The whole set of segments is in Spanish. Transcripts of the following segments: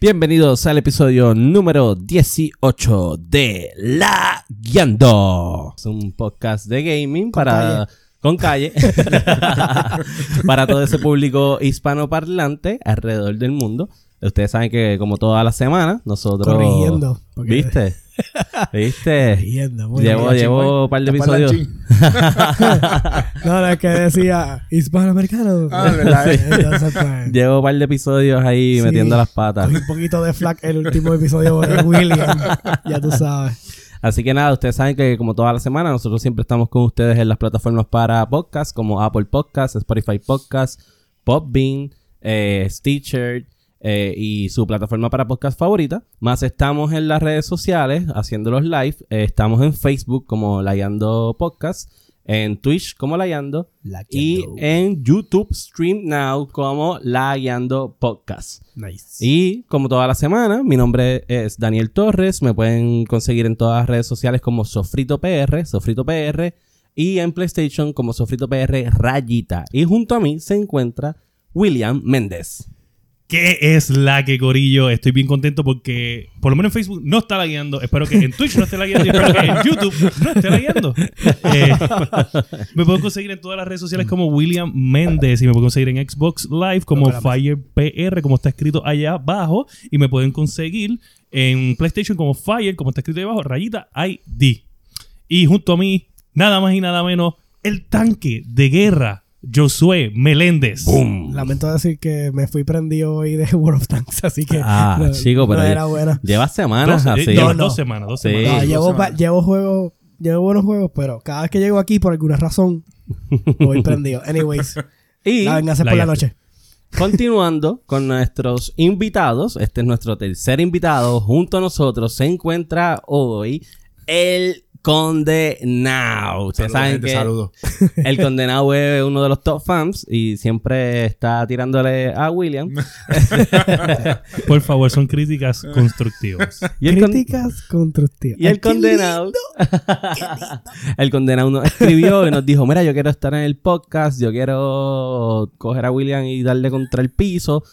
Bienvenidos al episodio número 18 de La Guiando. Es un podcast de gaming para. Con calle. para todo ese público hispanoparlante alrededor del mundo. Ustedes saben que, como todas las semanas, nosotros. Corrigiendo, porque- ¿Viste? ¿Viste? Corrigiendo, muy Llevo, bien. llevo un par de episodios. No, no, es que decía hispanoamericano. Ah, ¿verdad? eh. Entonces, pues, Llevo un par de episodios ahí Sí. metiendo las patas. cogí un poquito de flack el último episodio de William. Ya tú sabes. Así que nada, ustedes saben que como toda la semana nosotros siempre estamos con ustedes en las plataformas para podcast como Apple Podcasts, Spotify Podcasts, Podbean, eh, Stitcher eh, y su plataforma para podcast favorita. Más estamos en las redes sociales haciendo los live. Eh, estamos en Facebook como Layando Podcast, en Twitch como Layando y eh, en YouTube Stream Now como Layando Podcast. Nice. Y como toda la semana, mi nombre es Daniel Torres. Me pueden conseguir en todas las redes sociales como Sofrito PR, Sofrito PR, y en PlayStation como Sofrito PR Rayita. Y junto a mí se encuentra William Méndez. ¿Qué es la que Corillo? Estoy bien contento porque por lo menos en Facebook no está lagueando. Espero que en Twitch no esté lagueando y espero que en YouTube no esté lagueando. Eh, me puedo conseguir en todas las redes sociales como William Méndez y me puedo conseguir en Xbox Live como FirePR, como está escrito allá abajo. Y me pueden conseguir en PlayStation como Fire, como está escrito ahí abajo, rayita ID. Y junto a mí, nada más y nada menos, el tanque de guerra, Josué Meléndez. Mm. Lamento decir que me fui prendido hoy de World of Tanks, así que. Ah, no, chico, pero No ya- era buena. Llevas semanas Dos, así. eh, llevas No, dos no. semanas, dos Sí. semanas. No, dos llevo, pa- llevo juegos. Llevo buenos juegos, pero cada vez que llego aquí, por alguna razón, voy prendido. Anyways, Y la venganza es por la La noche. continuando con nuestros invitados, este es nuestro tercer invitado. Junto a nosotros se encuentra hoy el Conde Now. Ustedes Saludos, saben gente, que saludos. El condenado es uno de los top fans y siempre está tirándole a William. Por favor, son críticas constructivas. Y el, con- Críticas constructivas. y el Ay, qué condenado. el condenado nos escribió y nos dijo: Mira, yo quiero estar en el podcast, yo quiero coger a William y darle contra el piso.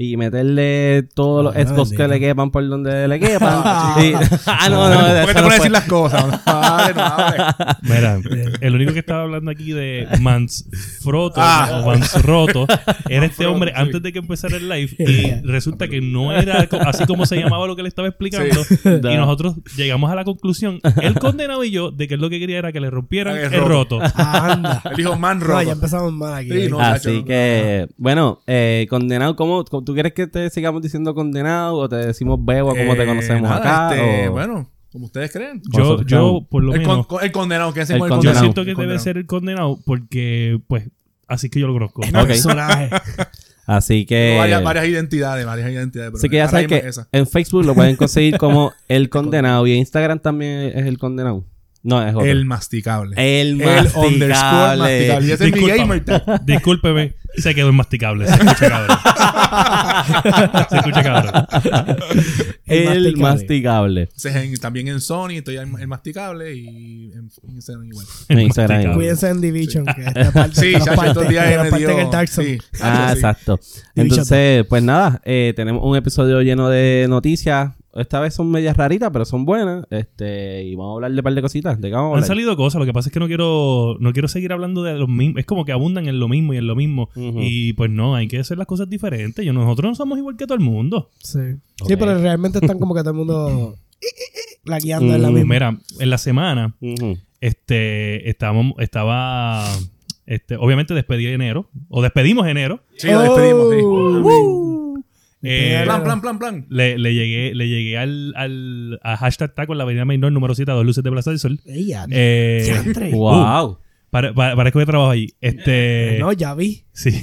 Y meterle todos los Ah, Xbox que le bendito. quepan por donde le quepan. Ah, Y- ah, no, no. ¿Por eso qué te no pones a fue. decir las cosas? Vale, vale. Mira, el único que estaba hablando aquí de Mansfroto Ah. o Mansroto era este Mansfroto, hombre sí. antes de que empezara el live Yeah. y resulta que no era co- así como se llamaba lo que le estaba explicando Sí. y nosotros llegamos a la conclusión, el condenado y yo, de que él lo que quería era que le rompieran Ah, el el roto. Ah, Anda. Él dijo man No, ya rojo. empezamos mal aquí. Sí, no. Así Nacho, que, bueno, eh, condenado, ¿cómo, cómo- ¿tú quieres que te sigamos diciendo condenado o te decimos bebo, como te Eh, conocemos nada, acá? este, o- Bueno, como ustedes creen. Yo, yo por lo el, con- menos, con- el condenado, que El hacemos el, yo condenado. condenado. siento que El debe condenado. ser el condenado porque, pues, así que yo lo conozco. Es mi Ok. personaje. Así que. eh, varias, varias identidades, varias identidades. pero Así que ya ahora sabes mismo que es esa. en Facebook lo pueden conseguir como El Condenado y en Instagram también es El Condenado. No, es otro. El masticable. El underscore masticable. Y ese es mi Discúlpame. gamer tag. Discúlpeme, se quedó inmasticable. Se escucha cabrón. se escucha cabrón. El El masticable. Ese es en- también en Sony, estoy en el masticable y en en Instagram igual. En Instagram. Masticable. Cuídense en Division, que esta parte Sí, esta ya parte- estos días esta me parte dio- en el Dark Zone. sí, Ah, sí. exacto. Division Entonces, pues nada, eh, tenemos un episodio lleno de noticias. Esta vez son medias raritas, pero son buenas. Este, y vamos a hablar de un par de cositas. ¿De qué vamos a Han hablar? salido cosas, lo que pasa es que no quiero no quiero seguir hablando de los mismos. Es como que abundan en lo mismo y en lo mismo. Ujú. Y pues no, hay que hacer las cosas diferentes. Yo, nosotros no somos igual que todo el mundo. Sí. Ok. Sí, pero realmente están como que todo el mundo la guiando en la Mm, misma. Pues Mira, en la semana Ujú. este estábamos, estaba, este, obviamente despedí enero, o despedimos enero. Sí, lo despedimos. sí. Oh. Uh, Eh, Plan, plan, plan, plan. Ah, le, le llegué, le llegué al, al a hashtag taco en la avenida Maynor número 7 a dos luces de Plaza del Sol. ey, ya- Eh, ya entré. Uh. Wow. para, para, para que yo trabajo ahí. eh. Este, No, ya vi. Sí.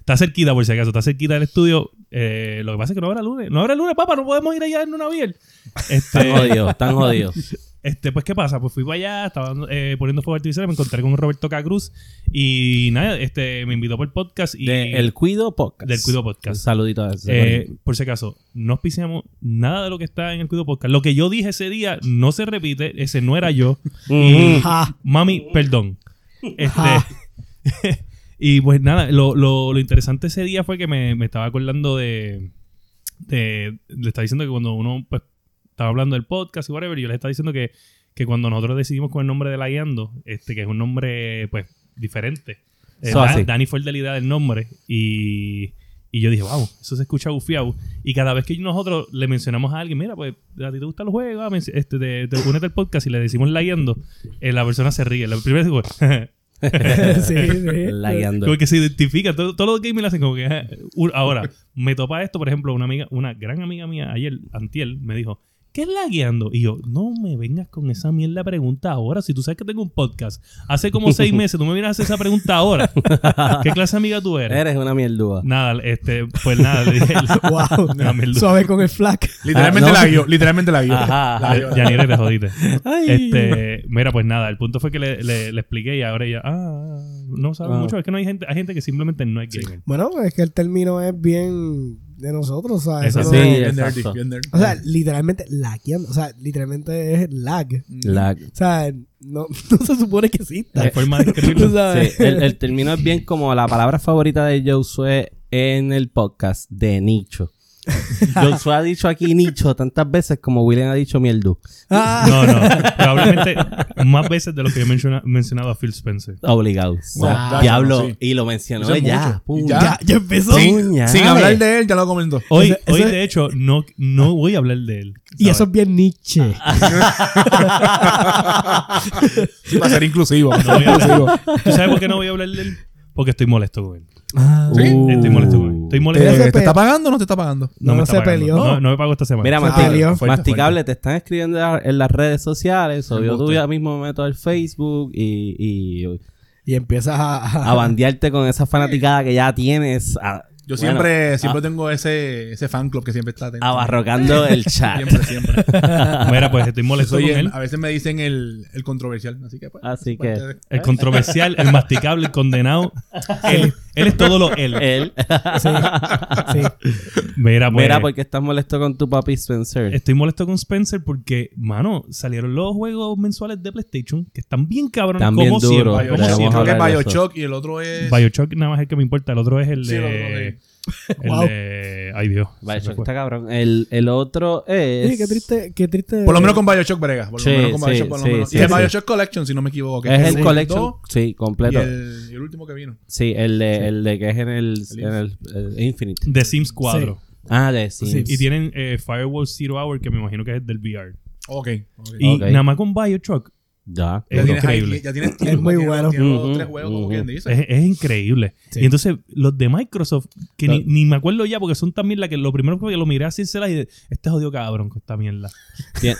Está cerquita, por si acaso. Está cerquita del estudio. Eh, lo que pasa es que no habrá lunes. No habrá lunes, papá. No podemos ir allá en una biel. Tan Este, jodidos, tan jodidos. este, pues, ¿qué pasa? Pues fui para allá, estaba eh, poniendo fuego artificial, me encontré con Roberto Cacruz y nada, este, me invitó por el podcast y De el Cuido Podcast. del Cuido Un Podcast. saludito a ese. Eh, por si acaso, no auspiciamos nada de lo que está en el Cuido Podcast. Lo que yo dije ese día no se repite, ese no era yo. Ujú. Ja. Mami, perdón. Ja. Este, y pues nada, lo, lo- lo interesante ese día fue que me, me estaba acordando de, de- le estaba diciendo que cuando uno pues, estaba hablando del podcast y whatever, yo les estaba diciendo que, que cuando nosotros decidimos con el nombre de La Guiando, este, que es un nombre pues diferente. eh, So, Dan- así. Dani fue el de la idea del nombre y, y yo dije, wow, eso se escucha gufiado. Y cada vez que nosotros le mencionamos a alguien, mira, pues a ti te gustan los juegos, Ah, men- este, te, te únete al podcast y le decimos La Guiando, eh, la persona se ríe. La primera vez que- sí, sí. Lagueando. como que se identifica. Todo- Todos los gamers lo hacen como que... "Ah, u- Ahora, me topa esto, por ejemplo, una amiga, una gran amiga mía ayer, Antiel, me dijo, ¿qué es la guiando? Y yo, no me vengas con esa mierda de pregunta ahora. Si tú sabes que tengo un podcast hace como seis meses, tú me vienes a hacer esa pregunta ahora. ¿Qué clase de amiga tú eres? Eres una mierdúa. Nada, este, pues nada, le Wow. dije, Una mierda. Suave con el flack. Ah, Literalmente no. la guió. Literalmente la guió. Ajá, La ajá. guió. Yanire, te jodiste. Ay. Este, mira, pues nada, el punto fue que le, le- le expliqué y ahora ella, ah, no sabe Ah. mucho. Es que no hay gente, hay gente que simplemente no es gamer. Bueno, es que el término es bien de nosotros, ¿sabes? Eso Eso sí. no- Bien nerdy, exacto. bien nerdy. O sea, literalmente lagueando. O sea, literalmente es lag. La- O sea, no, no se supone que exista. No hay forma de Eh, Tú escribirlo. Sí, sabes. el, el término es bien como la palabra favorita de Josué en el podcast de nicho. Josué ha dicho aquí nicho tantas veces como William ha dicho mierdú. Ah, No, no. Probablemente más veces de lo que he menciona- mencionado a Phil Spencer. Obligado. Wow. Diablo. Sí. Y lo mencionó Eso es ya. mucho. Pum. Y ya. ya, ya empezó. Puñales. Sin, sin hablar de él, ya lo comentó. Hoy, Ese- hoy ese- de hecho, no, no voy a hablar de él. Y eso ¿sabes? es bien Nietzsche. Ah, Sí, para ser inclusivo. para ser No voy a inclusivo. Eh, hablar- ¿Tú sabes por qué no voy a hablar de él? Porque estoy molesto con él. Ah. Sí. Uh. Estoy molesto con él. Estoy molesto. Ese Eh, pe- ¿Te está pagando o no te está pagando? no está se pagando. peleó. No, no me pago esta semana. Mira, Se Masti- peleó. Fuerte, masticable, te están escribiendo en la- en las redes sociales. O yo tú Embuste. ya mismo me meto al Facebook y, y Y empiezas a. a bandearte con esa fanaticada que ya tienes. a- Yo bueno, siempre, siempre tengo ese, ese fan club que siempre está atento. abarrocando el chat. Siempre, siempre. Mira, pues estoy molesto Soy con el- él. a veces me dicen el, el controversial, así que pues. Así es parte que- de- El controversial, el masticable, el condenado. Él, él es todo lo él. Él. sí. Mira, pues. Mira, eh. porque estás molesto con tu papi Spencer. Estoy molesto con Spencer porque, mano, salieron los juegos mensuales de PlayStation que están bien cabrones, Están como bien siempre. duros. como Bioshock, Vamos a siempre. creo que es hablar de eso. Bioshock y el otro es. Bioshock nada más es el que me importa. El otro es el Sí, el otro de... El Wow. de... Ay, Dios. se Bioshock me fue. está cabrón. El, el otro es. Oye, qué triste, qué triste. Por lo menos con Bioshock brega. Por lo Sí, menos con Bioshock, sí, por lo sí, menos. sí, y el sí. Bioshock Collection, si no me equivoco. que Es el uno, collection. dos, Sí, Y completo. el, y el último que vino. Sí, el de, el de que es en el, en el, el Infinite. The Sims 4. Ah, de Sims. Sí. Y tienen eh, Firewall Zero Hour, que me imagino que es del VR. Ok. ok. Y Ok. nada más con Bioshock Ya. es ya tienes, ahí- increíble. ya tienes Es muy tienes- bueno. tienes los Ujú, tres juegos, como ujú. quien dice. Es, es increíble. Sí. Y entonces los de Microsoft, que ni, Ah. ni me acuerdo ya, porque son también la que lo primero que lo miré así se la y de, este jodido cabrón con esta mierda. Bien.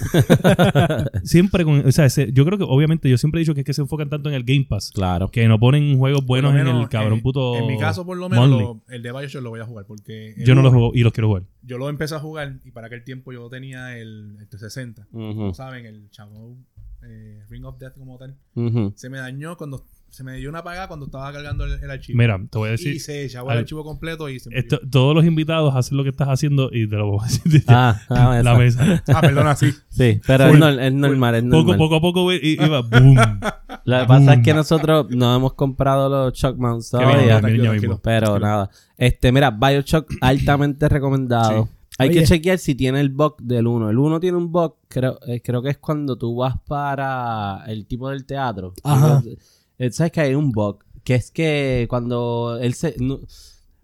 Siempre con, o sea, se- yo creo que obviamente yo siempre he dicho que es que se enfocan tanto en el Game Pass. Claro. Que no ponen juegos Por lo buenos en menos, el cabrón eh, puto. En mi caso, por lo menos, Monthly. lo- el de Bioshock lo voy a jugar. Porque el Yo no los uno, juego y los quiero jugar. Yo lo empecé a jugar y para aquel tiempo yo tenía el, el 360. Ujú, Como saben, el chavo eh, Ring of Death como tal. ujú. Se me dañó cuando. Se me dio una apagada cuando estaba cargando el, el archivo. Mira, te voy a y decir. se echaba al- el archivo completo y se murió. esto- todos los invitados hacen lo que estás haciendo y te lo voy a decir. Ah, ah, la esa. mesa. Ah, perdona, sí. Sí, pero es, Full. nor- es normal, es normal. Poco, poco a poco i- iba boom. Lo que pasa es que nosotros no hemos comprado los Shock Mounts Que viene, todavía. viene tranquilo, ya tranquilo. mismo. Pero nada. Este, mira, Bioshock altamente recomendado. Hay Oye. que chequear si tiene el bug del 1. El 1 tiene un bug, creo, eh, creo que es cuando tú vas para el tipo del teatro. Ajá. Eh, ¿Sabes que hay un bug? Que es que cuando él se... no-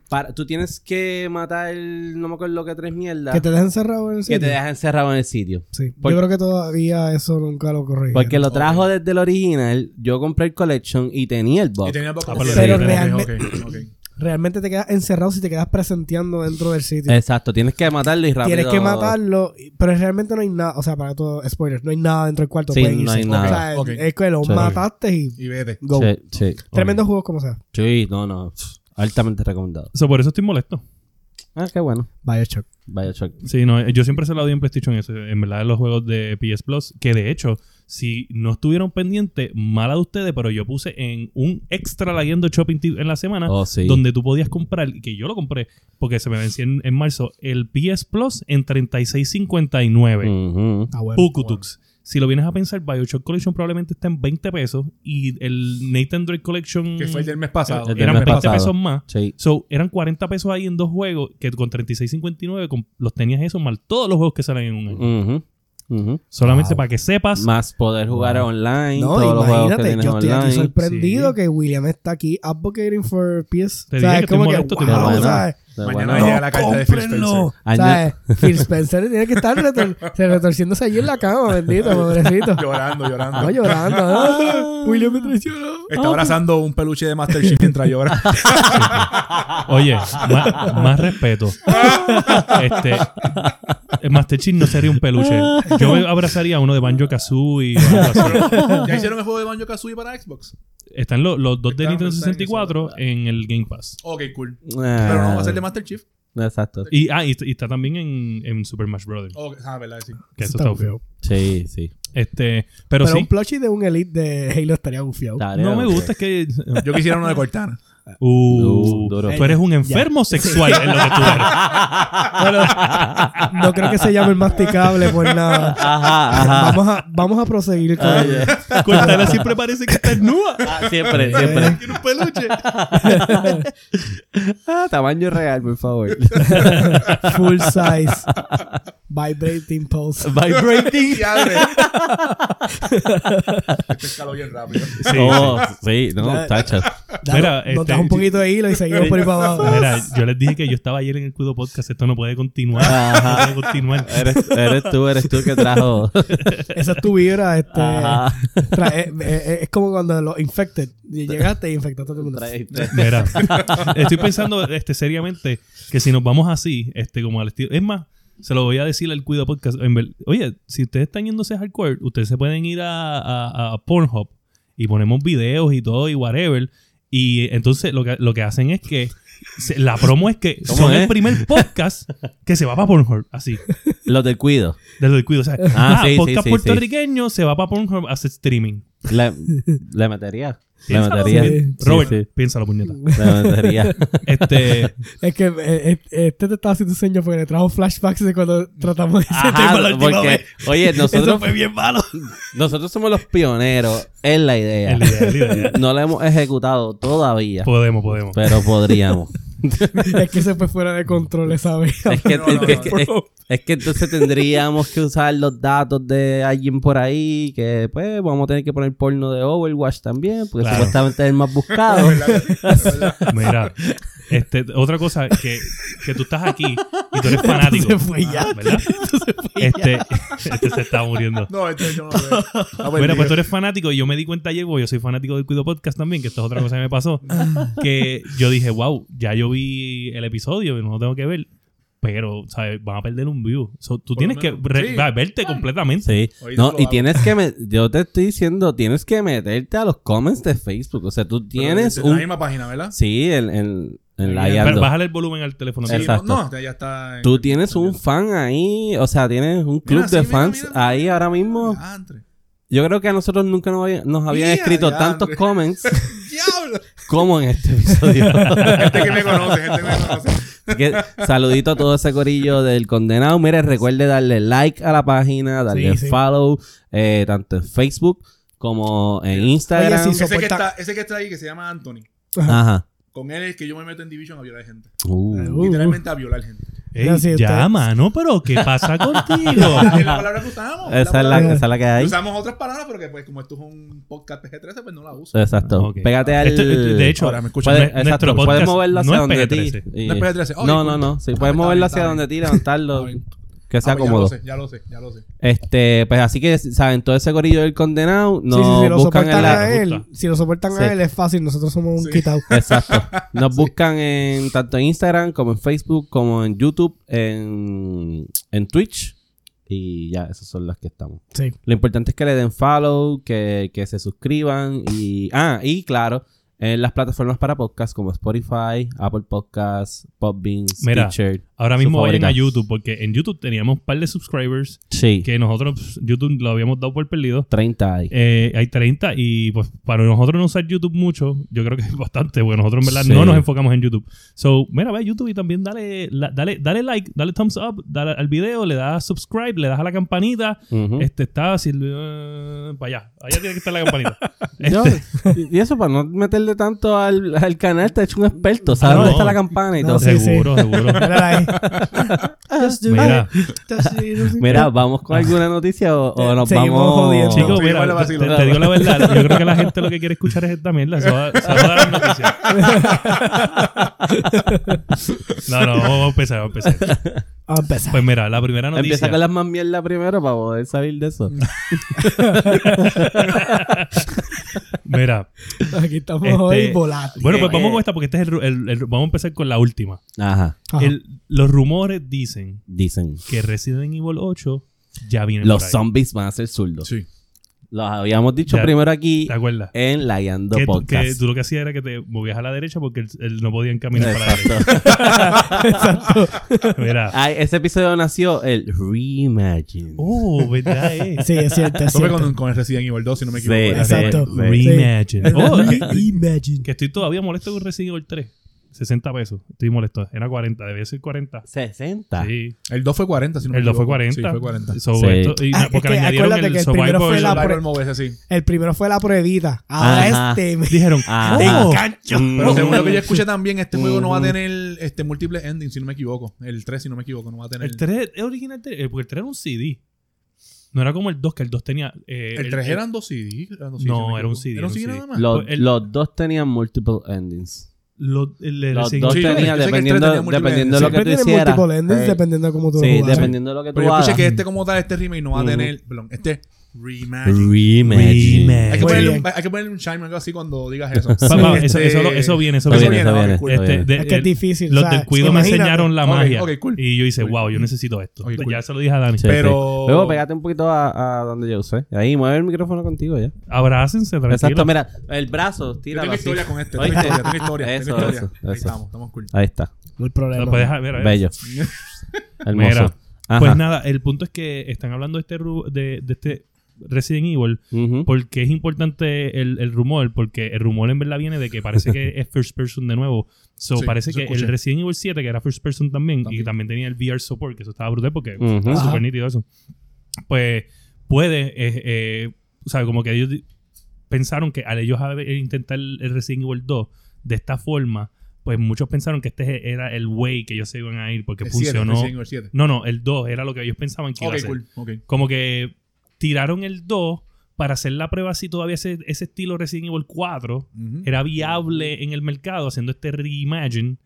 para, tú tienes que matar, no me acuerdo que tres mierdas, Que te dejan cerrado en el que sitio. te dejan encerrado en el sitio. Sí. Por- Yo creo que todavía eso nunca lo corregí. Porque lo trajo desde el original. Yo compré el collection y tenía el Y bug. tenía poco. Ah, pero Pero realmente. Realmente te quedas encerrado si te quedas presenteando dentro del sitio. Exacto, tienes que matarlo y rápido. Tienes que matarlo, y- pero realmente no hay nada. O sea, para todo, spoilers, no hay nada dentro del cuarto. Sí, pueden no irse. hay nada. O sea, Ok. es que lo Sí. mataste y Y vete. go. Sí, sí. Tremendos juegos como sea. Sí, no, no. pff, Altamente recomendado. So, por eso estoy molesto. Ah, qué bueno. Bioshock. Bioshock. Sí, no, yo siempre se lo doy en PlayStation eso, en verdad los juegos de PS Plus, que de hecho, si no estuvieron pendientes, mala de ustedes, pero yo puse en un extra laguiendo shopping tip en la Ah, semana, Oh, sí. donde tú podías comprar, y que yo lo compré, porque se me vencía en, en marzo, el PS Plus en 36.59. Ujú. Ah, bueno. Pukutux. si lo vienes a pensar, Bioshock Collection probablemente está en 20 pesos y el Nathan Drake Collection Que fue el del Mm. mes pasado. El del eran mes 20 pasado. pesos más. Sí. So, eran 40 pesos ahí en dos juegos que con 36.59 con- los tenías eso mal todos los juegos que salen en un año. Ujú, ujú. Solamente para que Ah, sepas. Más poder jugar online, No, todos los juegos que imagínate, tienes yo estoy aquí online. sorprendido Sí. que William está aquí advocating for PS. Te o sea, dije es que como que, estoy molesto, estoy wow, molesto. ¿sabes? De Mañana buena- llega No, la carta de Phil cómprenlo. Spencer. ¿Sabes? Phil Spencer tiene que estar retor se retorciéndose allí en la cama, bendito, pobrecito. Llorando, llorando. No llorando. ah, William me traicionó. Está abrazando un peluche de Master Chief mientras llora. Oye, más, más respeto. Este, el Master Chief no sería un peluche. Yo me abrazaría a uno de Banjo Kazooie. o algo así. ¿Ya hicieron el juego de Banjo Kazooie para Xbox? Están los, los dos de Están- Nintendo están en 64 en el Game Pass. Ok, cool. Ah, Pero no va a ser de Master Chief. Exacto. Y, ah, y, y está también en, en Super Smash Brothers. Ok, ah, verdad, sí. Que Oh, eso Está está feo. feo. Sí, sí. Este, pero, Pero sí, un plushie de un Elite de Halo estaría bufiado. Tarea no me de- gusta es que. Yo quisiera uno de Cortana. Uh, duro. tú eres un enfermo sexual. es lo que tú eres. No creo que se llame el masticable por nada. Ajá, ajá. Vamos a, vamos a proseguir con Ah, ello. yeah. Cortana siempre parece que está desnuda. Ah, siempre, Eh. siempre. Tiene un peluche. Ah, tamaño real, por favor. eh, Full size. Vibrating pulse. Vibrating. Diablo. Este escaló bien rápido. Sí, Oh, sí, no, Ya. tacha. Dale, Mira, nos este- das un poquito de hilo y seguimos por ahí para abajo. Mira, yo les dije que yo estaba ayer en el Cuido Podcast. Esto no puede continuar. Ajá. No puede continuar. Eres, eres tú, eres tú el que trajo. Esa es tu vibra. Este, Ajá. tra- eh, eh, eh, es como cuando los infected. Llegaste e infectaste a todo el mundo. Mira, estoy pensando este, seriamente que si nos vamos así, este, como al estilo. Es más, se lo voy a decir al Cuido Podcast. en ver- oye, si ustedes están yéndose a hardcore, ustedes se pueden ir a, a- a Pornhub y ponemos videos y todo y whatever. Y eh, entonces lo que, lo que hacen es que se- la promo es que ¿Cómo son es? el primer podcast que se va para Pornhub. Así, Los del cuido. de lo del Cuido. O sea, Ah, ah, sí, sí, podcast sí, sí. puertorriqueño se va para Pornhub a hacer streaming. Le, le metería. Le Piénsalo. metería. Sí. Sí, Robert, sí. piénsalo, puñeta. Le metería. Este. Es que eh, eh, este te estaba haciendo señas porque le trajo flashbacks de cuando tratamos ese tema la Ajá, última porque, vez. oye, Eso nosotros, fue bien malo. nosotros somos los pioneros en la idea. el ideal, el ideal. No la hemos ejecutado todavía, Podemos, podemos. pero podríamos. es que se fue fuera de control esa vez. Es que, No, no, es que- no, es- es que entonces tendríamos que usar los datos de alguien por ahí, que pues vamos a tener que poner porno de Overwatch también, porque Claro. supuestamente es el más buscado. Es verdad que sí, es verdad. Mira, este, otra cosa que, que tú estás aquí y tú eres fanático. Se fue ya. ¿verdad? Este, este se está muriendo. No, este yo no lo veo. Ah, Mira, pues tú Dios. eres fanático y yo me di cuenta ayer, porque yo soy fanático del Cuido Podcast también, que esto es otra cosa que me pasó, que yo dije, wow, ya yo vi el episodio y no lo tengo que ver, pero, ¿sabes? Van a perder un view. So, tú Por lo tienes que menos, re- sí. Ah. va, verte completamente. Sí. Hoy No, no lo y hago. tienes que... me- yo te estoy diciendo, tienes que meterte a los comments de Facebook. O sea, tú Pero tienes de la un... misma página, ¿verdad? Sí, en, en, en la Pero Yando. Bájale el volumen al teléfono. Sí. Mira, Exacto. No, no, ya está. en- Tú tienes un fan ahí, o sea, tienes un club Mira, sí, de mira, fans mira, mira. ahí ahora mismo. Diantre. Yo creo que a nosotros nunca nos, había- nos habían Mira, escrito ya, tantos Andrés. comments ¡Diablo! como en este episodio. Gente que me conoce, gente que me conoce. Así que saludito a todo ese corillo del condenado. Mire, recuerde darle like a la página, darle Sí, sí. follow, eh, tanto en Facebook como en Instagram. Oye, sí, Ese que, Soporta- está, ese que está ahí, que se llama Anthony. Ajá. Con él es que yo me meto en Division a violar gente. Uh. Uh. Literalmente a violar gente. ey, No, sí, ya, usted- mano, pero ¿qué pasa contigo? Es la palabra que usamos. Esa es, la, esa es la que hay. Usamos otras palabras porque, pues, como esto es un podcast PG-13, pues no la uso. Exacto. Ok. Pégate al. Esto- de hecho, Ahora me escuchan. Puedes- n- exacto, nuestro podcast puedes moverlo hacia no es donde ti. PG-13. y- No es PG-13. no, Oh, no, disculpa. no. Sí, Ah, puedes está moverlo bien, hacia está donde bien. ti, levantarlo. Está bien. que sea Ah, pues, cómodo. Ya lo sé, ya lo sé, ya lo sé. Este, pues así que saben, todo ese corillo del condenado no Sí, sí, si lo buscan soportan ¿eh? en la. a él, Justa. si lo soportan Sí. a él es fácil, nosotros somos un Sí. quitado. Exacto. Nos buscan en tanto en Instagram como en Facebook, como en YouTube, en, en Twitch. Y ya, esas son las que estamos. Sí. Lo importante es que le den follow, que, que se suscriban y... Ah, y claro, en las plataformas para podcast como Spotify, Apple Podcasts, Podbean, Mira, Stitcher. Ahora su mismo vayan favorita. a YouTube, porque en YouTube teníamos un par de subscribers Sí, que nosotros, YouTube lo habíamos dado por perdido. 30 ahí. Eh, hay 30 y pues para nosotros no usar YouTube mucho, yo creo que es bastante, porque nosotros en verdad Sí. no nos enfocamos en YouTube. So, mira, ve a YouTube y también dale, la- dale, dale like, dale thumbs up dale al video, le das subscribe, le das a la campanita. Ujú. Este está, si, eh, para allá, allá tiene que estar la campanita. Este, Yo- y eso para no meterle tanto al, al canal, te he hecho un experto. ¿Sabes Ah, no. dónde está la campana y todo? No, Ah, sí, sí. seguro, seguro. Mírala ahí. Just do Mira. it. Just do it. Mira, ¿vamos con alguna noticia o, o nos Seguimos vamos? jodiendo. Chicos, Sí, vale, mira, te, vacilo. te digo la verdad, yo creo que la gente lo que quiere escuchar es esta mierda. Se va, se va a dar las noticias. No, no, vamos a empezar, vamos a empezar. Vamos a empezar. Pues mira, la primera noticia. Empieza con las más mierda primero para poder salir de eso. Mira, Aquí estamos Este, hoy volátiles. bueno, pues vamos con esta porque este es el, ru- el- el- vamos a empezar con la última. Ajá, Ajá. El- los rumores dicen dicen. que Resident Evil 8 ya viene Los por ahí. zombies van a ser zurdos. Sí. Los habíamos dicho Ya. primero aquí ¿Te acuerdas? en La Yando Que, tú- que Podcast. tú lo que hacías era que te movías a la derecha porque él- él no podían caminar para la derecha. Exacto. Mira. Ay, ese episodio nació el Reimagine. Uh, Oh, verdad es. Sí, es cierto, es Eso fue cierto. con, con el Resident Evil 2, si no me Sí, equivoco. ¿verdad? sí. Exacto. Reimagine. Sí. Oh, que, Reimagine. que estoy todavía molesto con Resident Evil 3. 60 pesos. Estoy molesto. Era 40. Debía ser 40. 60. Sí. El 2 fue 40, si no me El 2 fue equivoco. 40. Sí, fue 40. So, Ah. Sí. esto- y- Ah, porque es que le añadieron acuérdate el que el Survivor primero fue Survivor. la- Survival pre- Mode, ese sí. El primero fue la pruebita. Ahora Ajá. este. me- Dijeron, Ah. "Te Oh. engancho". Mm. Pero según lo que yo Ujú. escuché también, este juego no va a Ujú. tener este, múltiples endings, si no me equivoco. El 3, si no me equivoco, no va a tener. El 3 es original. de- eh, porque el 3 era un CD. No era como el 2, que el 2 tenía. eh, El 3 eran dos CD. eran dos CD, No, si me era un equivoco. CD, Era un CD era un nada CD. más. Los, el- los dos tenían multiple endings. lo- el- el Los Resident dos Sí, yo Evil- sé que tenían, el tres dependiendo, tenía múltiples dependiendo de lo que Siempre tú tiene hicieras. multiple endings Sí. dependiendo de cómo tú Sí, lo juegas. dependiendo de lo que tú Pero yo escuché hagas. que este como tal, este remake no va a Ujú. tener, perdón, este Mm-hmm. reimagine. Reimagine. Reimagine. Hay que, Muy ponerle, bien. un- hay que ponerle un chime o algo así cuando digas eso. Pa- pa, Este- eso, eso lo- eso viene, eso Está viene. bien, está ok, bien, cool. está Este, bien. de- Es que es el- difícil. Los o sea, del cuido me imagínate. enseñaron la Ok, magia. ok, cool. Y yo hice, Cool. wow, yo necesito esto. Pues Ok, cool. Ya se lo dije a Dani. Sí, pues. Pero- sí. Luego pégate un poquito a, a donde yo usé. Ahí, mueve el micrófono contigo ya. Abrácense, tranquilo. Exacto, mira, el brazo, Yo tíralo tengo así. historia con este. Tengo Oíste. historia, tengo historia. Eso, tengo historia. eso, eso. Ahí estamos, estamos cool. Ahí está, No hay problema. Lo puedes dejar, mira, mira. bello. Hermoso. Mira, Ajá. Pues nada, el punto es que están hablando de este, ru- de, de este Resident Evil Ujú. porque es importante el, el rumor, porque el rumor en verdad viene de que parece que es first person de nuevo. So, Sí, parece eso que escuché. el Resident Evil 7, que era first person también, y También. también tenía el VR support, que eso estaba brutal porque Ujú. está Ajá. súper nítido eso. Pues puede, eh, eh, o sea, como que ellos di- pensaron que al ellos haber- intentar el Resident Evil 2 de esta forma, pues muchos pensaron que este era el way que ellos se iban a ir porque Eh, El siete, funcionó. Resident Evil 7. No, no, el 2 era lo que ellos pensaban que iba a Ok, ser. cool. Ok. Como que tiraron el 2 para hacer la prueba si todavía ese, ese estilo Resident Evil 4 Ujú. era viable en el mercado haciendo este reimagine.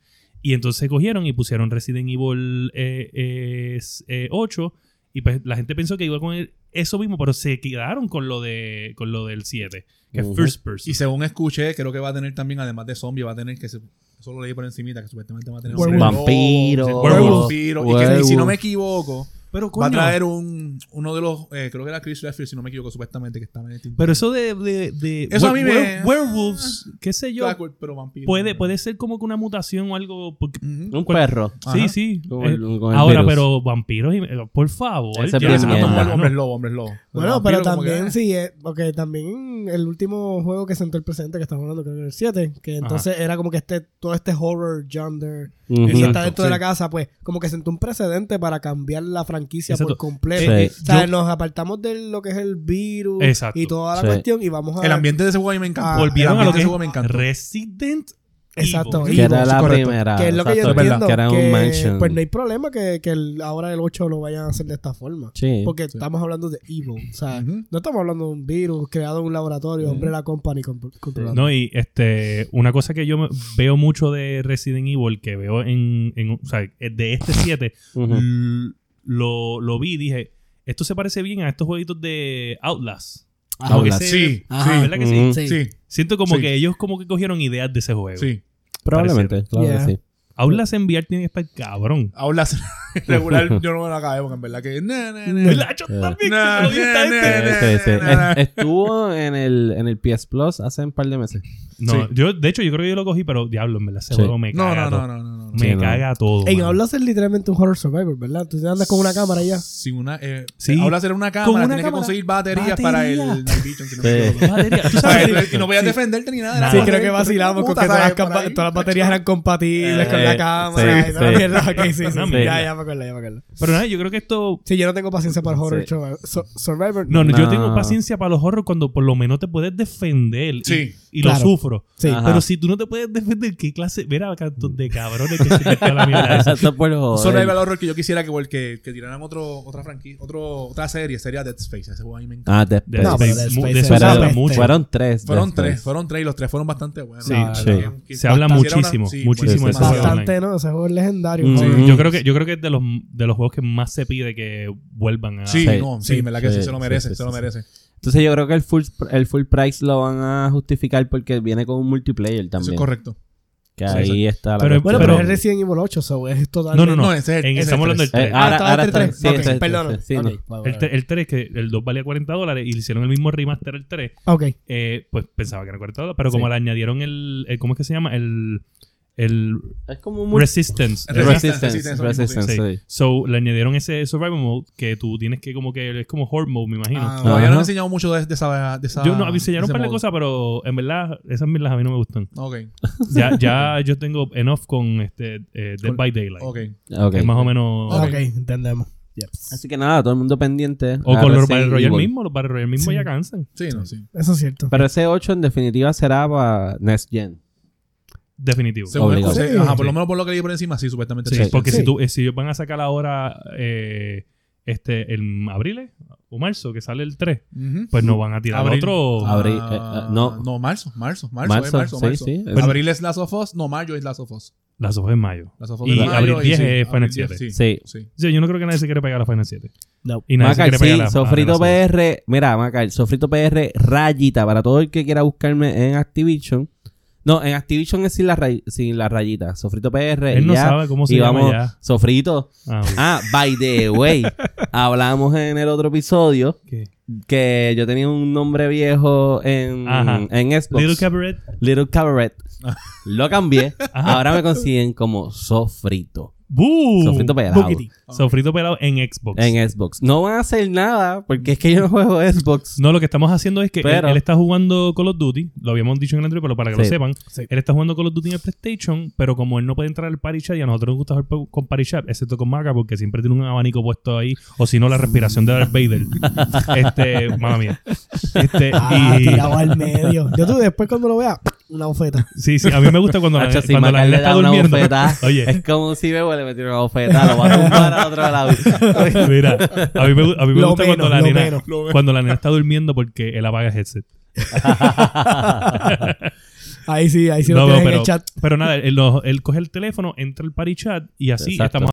Y entonces cogieron y pusieron Resident Evil eh, eh, s- eh, 8. Y pues la gente pensó que iba con el- eso mismo, pero se quedaron con lo de con lo del 7, que es Ujú. First Person. Y según escuché, creo que va a tener también, además de zombie, va a tener que se- solo leí por encimita que supuestamente va a tener Werewolf. Vampiro. Werewolf. vampiro. Y que si- si no me equivoco, pero va a coño, traer un uno de los eh, creo que era Chris Redfield, si no me equivoco, supuestamente que está en el team. pero eso de, de, de Eso a mí me- werewolves, qué sé yo, Está cool, pero vampiro. puede, puede ser como que una mutación o algo. porque- Ujú. Un perro. Ajá. sí, sí. Con Eh, el- con el Ahora, virus. pero vampiros, y- eh, por favor. Ese ya, es Sí, bien mierda. no, hombre, no. hombre es lobo, hombre es lobo. Bueno, vampiro pero como que- también sí, es- porque también el último juego que sentó el presente, que estamos hablando creo que era el 7, que entonces era como que este, todo este horror genre Ujú. y Exacto, está dentro de sí. la casa, pues como que sentó un precedente para cambiar la franquicia Exacto. por completo. Eh, eh, o sea, yo- nos apartamos de lo que es el virus Exacto. y toda la Sí. cuestión y vamos a... El ambiente de ese juego a mí me Ah, encanta. Volvieron el a lo ambiente que de ese es juego me encanta. Resident Exacto. Que era Sí, la correcto. primera. que es lo que yo exacto, entiendo. Que era un que, mansion. Pues no hay problema que, que el- ahora el 8 lo vayan a hacer de esta forma. Sí. Porque estamos hablando de evil. O sea, Ujú. no estamos hablando de un virus creado en un laboratorio, Ujú. hombre la company comp- controlando. No, y este, una cosa que yo me- veo mucho de Resident Evil, que veo en, en- o sea, de este 7, Ujú. l- lo, lo vi y dije, esto se parece bien a estos jueguitos de Outlast. Como que Outlast. ese- Sí, Ajá. sí, ¿Verdad que sí? Ujú. Sí. Sí, Siento como Sí. que ellos como que cogieron ideas de ese juego. sí. Probablemente, claro Yeah. que sí. Aulas enviar tiene que estar cabrón. Habla regular, yo no me la acabé porque en verdad que. na, na, na. El hacho también, que No, se lo di esta no, gente. no, Este, este, na, es- Estuvo en el, en el PS Plus hace un par de meses. No, Sí. yo, de hecho, yo creo que yo lo cogí, pero diablo, me la Sí. seguro me No, caga no, no, todo. no, no. no. Me Sí, no. caga todo. En mano. Hablas es literalmente un horror survivor, ¿verdad? Tú te andas con una cámara y ya. Si una, eh, Sí. Habla hacer una cámara, una tienes que cámara. conseguir baterías para el Batería. Night Vision. Si no Sí. me equivoco. Batería, ¿tú O sea, sabes? y no voy a defenderte ni nada. era Sí, Sí, como creo que vacilamos con que todas las, puta, campa- ¿sabes? todas las baterías eran compatibles con Eh, la cámara. sí, y toda la sí. mierda. Ok, sí, sí, sí. Una mierda. Ya, ya me acuerdo, ya me acuerdo. Pero nada, yo creo que esto. Sí, yo no tengo paciencia para el horror Sí. survivor- so- survivor. No, no, yo No. tengo paciencia para los horror cuando por lo menos te puedes defender. y- Sí. Y, Claro. lo sufro. Sí. Ajá. Pero si tú no te puedes defender, ¿qué clase? Mira, cantos de cabrones que se metió a la mierda esa. Eso por joder. Solo hay valor que yo quisiera que, que, que tiraran otro, otra franquicia, otro, otra serie, sería Dead Space. Ese juego a mí me encanta. Ah, Dead De, Space. No, de- pero Dead mu- Space de es eso se una habla peste. mucho. Fueron tres. Fueron Dead tres, Space. fueron tres y los tres fueron bastante buenos. Sí, La verdad sí. que- Se habla bastante- muchísimo, sí, muchísimo de bastante. ese juego. Bastante, ¿no? Ese juego es legendario. Mm. Sí. Sí. Yo creo que, yo creo que es de los, de los juegos que más se pide que vuelvan a. Sí, Sí, no, sí, sí, en verdad que sí, sí, se lo sí, merece, sí, se lo sí, merece. Entonces yo creo que el full, el full price lo van a justificar porque viene con un multiplayer Eso también. es correcto. Que Sí, ahí sí. está la Pero- Bueno, cuestión. pero, Pero- es Resident Evil 8, so es total. No, no, no. ese es el- ese En- es el estamos hablando del tres. Eh, tres. ahora, estaba ahora el tres, tres, sí, ok, este- perdona. sí, no. Ok, vale, El, vale. 3, que el 2 valía 40 dólares y le hicieron el mismo remaster al 3, Ok. eh, pues pensaba que era 40 dólares, pero como Sí. le añadieron el, el- ¿Cómo es que se llama? El. El Es como un multi- Resistance. Resistance, ¿verdad? Resistance. Resistance, Resistance, Sí. sí. So, le añadieron ese Survival Mode que tú tienes que, como que es como Horde Mode, me imagino. Ah, Ajá. bueno, ya no han enseñado mucho de, de esa, de esa. Yo no, enseñaron de ese un par de modo. cosas, pero en verdad, esas mierdas a mí no me gustan. Ok, Ya, ya yo tengo enough con este eh, Dead Con- by Daylight. ok. Ok. Que es más o menos. Ok, entendemos. Yes. Así que nada, todo el mundo pendiente. O a con los Resident Battle Royale Evil. mismo, los Battle Royale mismo Sí. ya cansan. Sí, no, sí. Eso es cierto. Pero ese 8 en definitiva será para Next Gen. Definitivo. Según el Obligado. consejo, ajá, por Sí. lo menos por lo que leí por encima, sí, supuestamente. Sí, sí. porque sí. si tú, eh, si ellos van a sacar ahora eh, este en abril eh, o marzo, que sale el 3, Ujú. pues no van a tirar Abril. otro. Ah, Abril, Ah, eh, eh, no. No, marzo, marzo, marzo, eh, Marzo, marzo, sí, marzo. sí. Pero- Abril es Last of Us, no, mayo es Last of Us. Las hojas en mayo. Last of Us Y es mayo abril 10 sí, es Final abril 10, 7. sí, Sí. sí. O sea, yo no creo que nadie se quiera pegar a la Final 7. No. Y nadie Macar, se quiere sí, pegar a la Sofrito a la- PR, mira, Macar, Sofrito PR, rayita, para todo el que quiera buscarme en Activision. No, en Activision es sin la, ray- sin la rayita. Sofrito PR, Él no ya, sabe cómo se y llama vamos, ya. Sofrito. Ah, ok. Ah, by the way, hablamos en el otro episodio ¿Qué? que yo tenía un nombre viejo en, Ajá. en Xbox. Little Cabaret. Little Cabaret. Lo cambié. Ajá. Ahora me consiguen como Sofrito. ¡Boo! Sofrito pelado. Bookity. Sofrito pelado en Xbox. En Xbox. No van a hacer nada porque es que yo no juego Xbox. No, lo que estamos haciendo es que él- Pero- él, está jugando Call of Duty. Lo habíamos dicho en el anterior, pero para que lo Sí. sepan. Sí. Él está jugando Call of Duty en el PlayStation, pero como él no puede entrar al Party Chat y a nosotros nos gusta jugar po- con Party Chat, excepto con Maca, porque siempre tiene un abanico puesto ahí, o si no, la respiración de Darth Vader. este, mamá mía. Este, Ah, y- tirado al medio. Yo tú después cuando lo vea, una bofeta. sí, sí, a mí me gusta cuando la, Hacho, si eh, cuando la Macal le nena está da una durmiendo. bofetada, Oye, es como si Bebo le metiera una bofetada, lo va a tumbar a otro lado. mira, a mí me, gu- a mí me Lo gusta cuando, menos, la lo nena, menos. cuando la nena está durmiendo porque él apaga el headset. Ahí sí, ahí sí No, lo tienes no, en pero, el chat. pero nada, él, lo- él coge el teléfono, entra al party chat y así Exacto. estamos.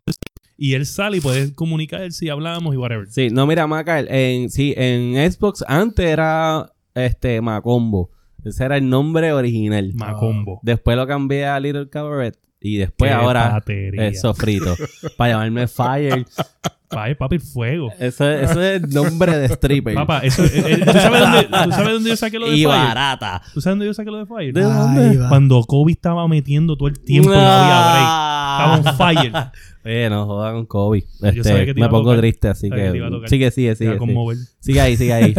Y él sale y puede comunicarse y hablamos y whatever. Sí, no, mira, Macal, en, sí, en Xbox antes era este Macombo. Ese era el nombre original. Ah. Macombo. Después lo cambié a Little Cabaret. Y después Qué Pues ahora batería. es Sofrito. para llamarme Fire. Ay, papi, fuego. Eso, eso es el nombre de stripper. Papá, eso, eh, eh, ¿tú, sabes dónde, tú sabes dónde yo saqué lo de y Fire? barata. ¿Tú sabes dónde yo saqué lo de Fire? ¿De dónde? Ahí va. Cuando Kobe estaba metiendo todo el tiempo en la Ah. vía break. Estaba on fire. Oye, Eh, no jodan con Kobe. Este, sabía que te me iba a pongo tocar. triste, así Sabía que te iba a que. tocar. Sigue, sigue, Se va sigue. a Sigue, conmover. Sigue ahí, sigue ahí.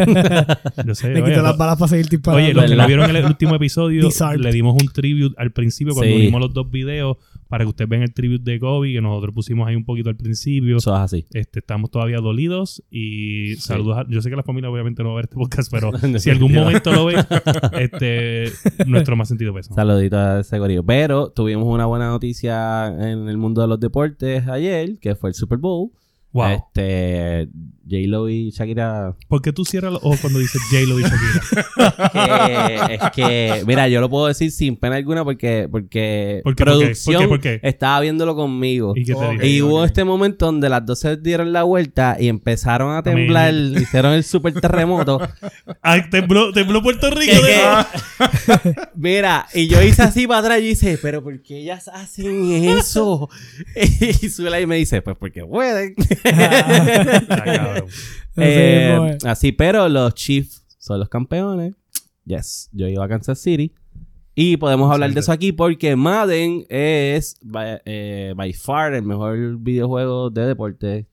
Yo sé. Le oye, quito las lo- balas para seguir disparando. Oye, los que no ¿Verdad? vieron el último episodio, Disarmed. le dimos un tribute al principio cuando Sí. unimos los dos videos para que ustedes vean el tribute de Kobe que nosotros pusimos ahí un poquito al principio. Eso es así. Este, estamos todavía dolidos y saludos. a- yo sé que la familia obviamente no va a ver este podcast, pero si Definitivo. algún momento lo ve, este, nuestro más sentido peso. Saludito a ese gorillo. Pero tuvimos una buena noticia en el mundo de los deportes ayer, que fue el Super Bowl. Wow. Este, J-Lo y Shakira. ¿Por qué tú cierras los ojos cuando dices J-Lo y Shakira? que- es que, mira, yo lo puedo decir sin pena alguna porque, porque ¿Por qué, por qué? ¿Por qué, producción por qué? estaba viéndolo conmigo. ¿Y Y, qué te Ok. digo? hubo ok. este momento donde las dos se dieron la vuelta y empezaron a temblar, hicieron el super terremoto. Ah, tembló, tembló Puerto Rico. Que- de- que- Ah. Mira, y yo hice así para atrás y hice, pero ¿por qué ellas hacen eso? y Zula ahí me dice, pues porque pueden. Ah, cabrón. pues, Eh, mismo es. así, pero los Chiefs son los campeones. Yes, yo iba a Kansas City. Y podemos hablar de eso aquí porque Madden es by, eh, by far el mejor videojuego de deporte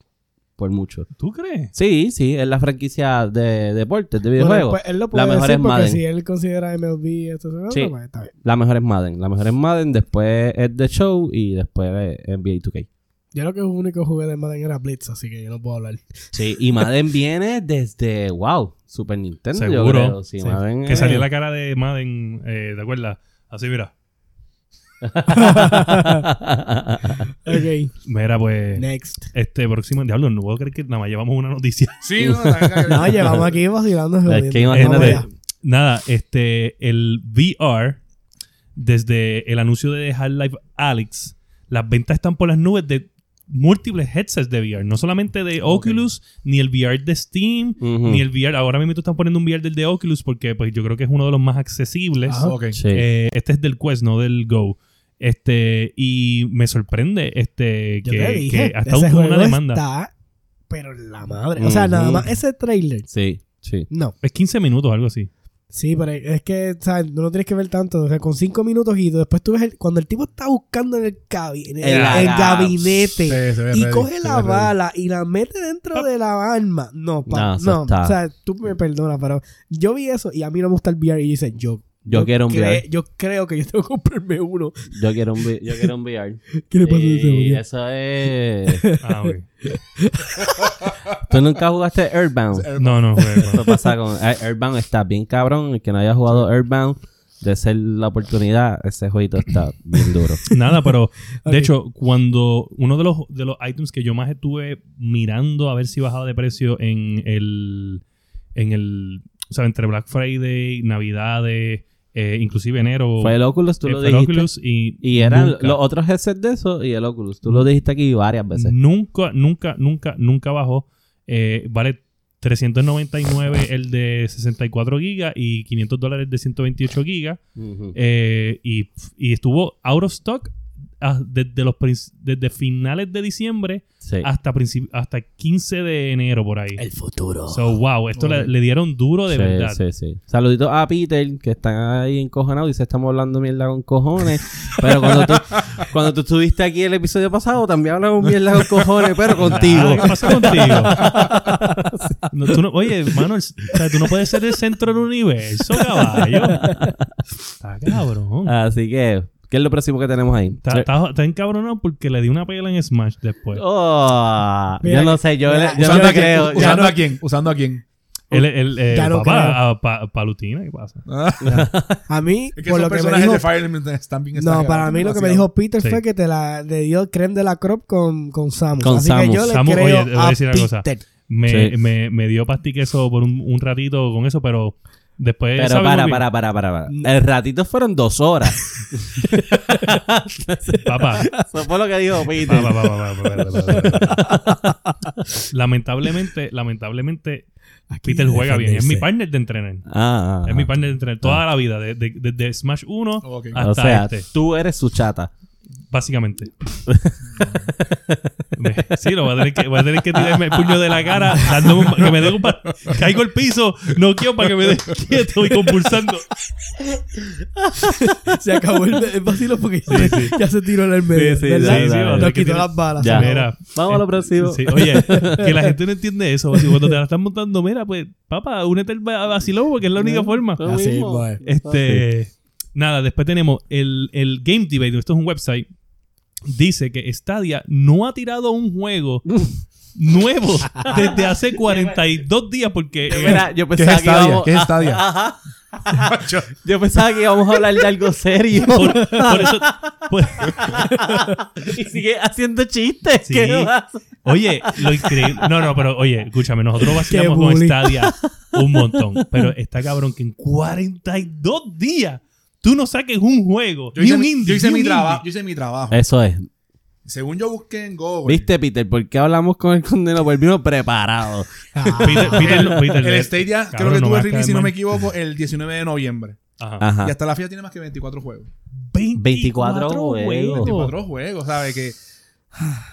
por mucho. ¿Tú crees? Sí, sí, es la franquicia de deportes, de Bueno, videojuegos. pues él lo puede La mejor decir es porque Madden. si él considera MLB esto, eso, Sí. pues, está bien. La mejor es Madden. La mejor es Madden, después es The Show y después es NBA 2K. Yo lo que único jugué de Madden era Blitz, así que yo no puedo hablar. Sí, y Madden viene desde, wow, Super Nintendo. yo Seguro. creo. Sí, Sí. Madden Que es- salió la cara de Madden, eh, ¿te acuerdas? Así, mira. Ok, Mira, pues. next. Este próximo. Diablo, no puedo creer que nada más llevamos una noticia. Sí, no, la- la- la- No, llevamos aquí vacilando. Es que jodiendo. imagínate. Vamos allá. Nada, este. El VR, desde el anuncio de Half-Life Alex, las ventas están por las nubes de múltiples headsets de VR. No solamente de Oculus, ni el VR de Steam, Ujú. ni el VR. Ahora mismo están poniendo un VR del de Oculus porque, pues, yo creo que es uno de los más accesibles. Ajá. Ok. Sí. Eh, este es del Quest, no del Go. Este, y me sorprende este, Yo te que, dije, que hasta ese hubo una juego demanda. Está, pero la madre. O sea, nada Ujú. más ese trailer. sí, sí. No. Es 15 minutos, algo así. Sí, pero es que, ¿sabes? No lo tienes que ver tanto. O sea, con cinco minutos y después tú ves el- cuando el tipo está buscando en el, cabi- en el- En la- el la- gabinete. Sí, se ve y ready, coge se la ve ready. bala y la mete dentro de la arma. No, No, pa, eso no. está- O sea, tú me perdonas, pero yo vi eso y a mí no me gusta el VR y dice, yo. Yo quiero un cre- VR. Yo creo que yo tengo que comprarme uno. Yo quiero un, vi- yo quiero un VR. ¿Qué le pasa a ese y boludo? eso es... Ah, ok. ¿Tú nunca jugaste Earthbound? No, no, fue- Eso pasa con... eh, Earthbound está bien cabrón. El que no haya jugado Earthbound, de ser la oportunidad, ese jueguito está bien duro. Nada, pero de Ok. hecho, cuando uno de los, de los items que yo más estuve mirando a ver si bajaba de precio en el. En el o sea, entre Black Friday, Navidades, eh, inclusive enero. Fue el Oculus, tú eh, lo fue el dijiste. Oculus y. Y eran nunca. los otros headsets de eso y el Oculus. Tú lo dijiste aquí varias veces. Nunca, nunca, nunca, nunca bajó. Eh, vale 399 el de 64 gigas y 500 dólares de 128 gigas. Ujú. Eh, y, y estuvo out of stock ah, desde, los, prin- desde finales de diciembre Sí. hasta, princip- hasta 15 de enero por ahí. El futuro. So, wow, esto le, le dieron duro de sí, verdad. sí, sí. Saluditos a Peter, que está ahí encojonado. Dice, estamos hablando mierda con cojones. Pero cuando tú, cuando tú estuviste aquí el episodio pasado, también hablamos mierda con cojones, pero Nada, contigo. ¿Qué pasa contigo? No, tú no- oye, hermano, o sea, tú no puedes ser el centro del universo, caballo. Está cabrón. Así que, ¿qué es lo próximo que tenemos ahí? Está, está- está encabronado porque le di una pela en Smash después. Oh, Mira, yo no sé, yo, mira, yo no ¿Usando a le quién? creo. yo ¿Usando no- a quién? ¿Usando a quién? El, el, eh, Ya no creo. papá, a, pa- Palutina, ¿qué pasa? Ah, A mí, Es que por esos lo que me personajes dijo de Fire Emblem están bien No, exagerados, para mí lo que me demasiado. dijo Peter Sí. fue que te la le dio creme de la crop con, con Samus. Con Así Samus. que yo le Samus, creo oye, te voy a a, decir una cosa. Peter. Me, Sí. me, me dio pastiqueso por un, un ratito con eso, pero después. Pero ¿sabes, para, papi? para, para, para, para. El ratito fueron dos horas. Papá. Eso fue lo que dijo Pa, Peter. pa, pa, pa, pa, pa, pa, pa, pa, pa. lamentablemente, lamentablemente, Aquí Peter juega bien. Es mi defenderse. partner de entrenar. Ah, ah, Es ah. mi partner de entrenar toda la vida, de- de- desde Smash 1 Ok. hasta O sea, este, tú eres su chata. básicamente. Me- sí, lo voy a tener que, voy a tener que tirarme el puño de la cara, dándome un- que me dé un pa- caigo al piso, no quiero para que me dé quieto y convulsando. Se acabó el, el vacilo porque ya, ya se tiró en el medio. Sí, sí, ¿verdad? sí, sí, Nos vale, que quitó tiene- las balas. Ya. Mira, Vamos a lo eh, próximo. sí, oye, que la gente no entiende eso. Si cuando te la están montando, mira, pues, papá, únete al ba- a vacilón porque es la única forma. Lo Así mismo. mismo es. Este, nada, después tenemos el, el Game Debate. Esto es un website. Dice que Stadia no ha tirado un juego nuevo desde hace 42 días porque... eh, Mira, yo ¿Qué es pensaba que Stadia? íbamos... ¿Qué es Stadia? Ajá. Yo pensaba que íbamos a hablar de algo serio. por, por eso... por- y sigue haciendo chistes. Sí. ¿Qué pasa? Oye, lo increíble. No, no, pero oye, escúchame, nosotros vacilamos Qué con bully. Stadia un montón. Pero está cabrón que en 42 días tú no saques un juego. Yo ni hice, un mi- indie. yo hice ni mi un trabajo. indie. Yo hice mi trabajo. Eso es. Según yo busqué en Google. Eh. ¿Viste, Peter? ¿Por qué hablamos con el condeno? Volvimos preparados. Peter, Peter, Peter, El Stadia, creo cabrón, que no tuve va a release, caer si no mal. me equivoco, el 19 de noviembre. Ajá. Ajá. Y hasta la fecha tiene más que 24 juegos. 24 juegos. Oh. 24 juegos, ¿sabes? Que,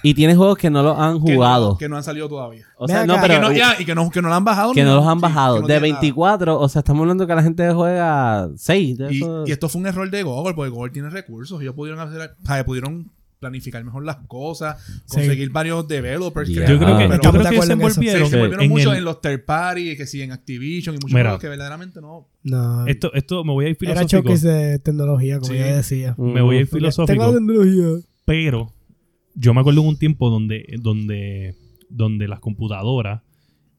Y tiene juegos que no los han que no- jugado. Que no han salido todavía. o sea, Ven no, acá. pero... que no, ya, y que no, que no lo han bajado. que ni no los nada. han Sí, bajado. que no de tiene nada. 24, o sea, estamos hablando que la gente juega 6. Y, y esto fue un error de Google, porque Google tiene recursos. Ellos pudieron hacer, o sea, pudieron planificar mejor las cosas, conseguir varios developers. Ya. crear- Yo creo que, Ah. pero- yo creo que Estamos de se acuerdo en eso. Sí, envolvieron se volvieron en mucho el- en los third party, que sí, en Activision y muchos Mira. juegos que verdaderamente no. No. Esto, esto me voy a ir Era filosófico. showcase de tecnología, como Sí. yo decía. Me voy a ir Tengo filosófico. tecnología. Pero yo me acuerdo en un tiempo donde, donde, donde las computadoras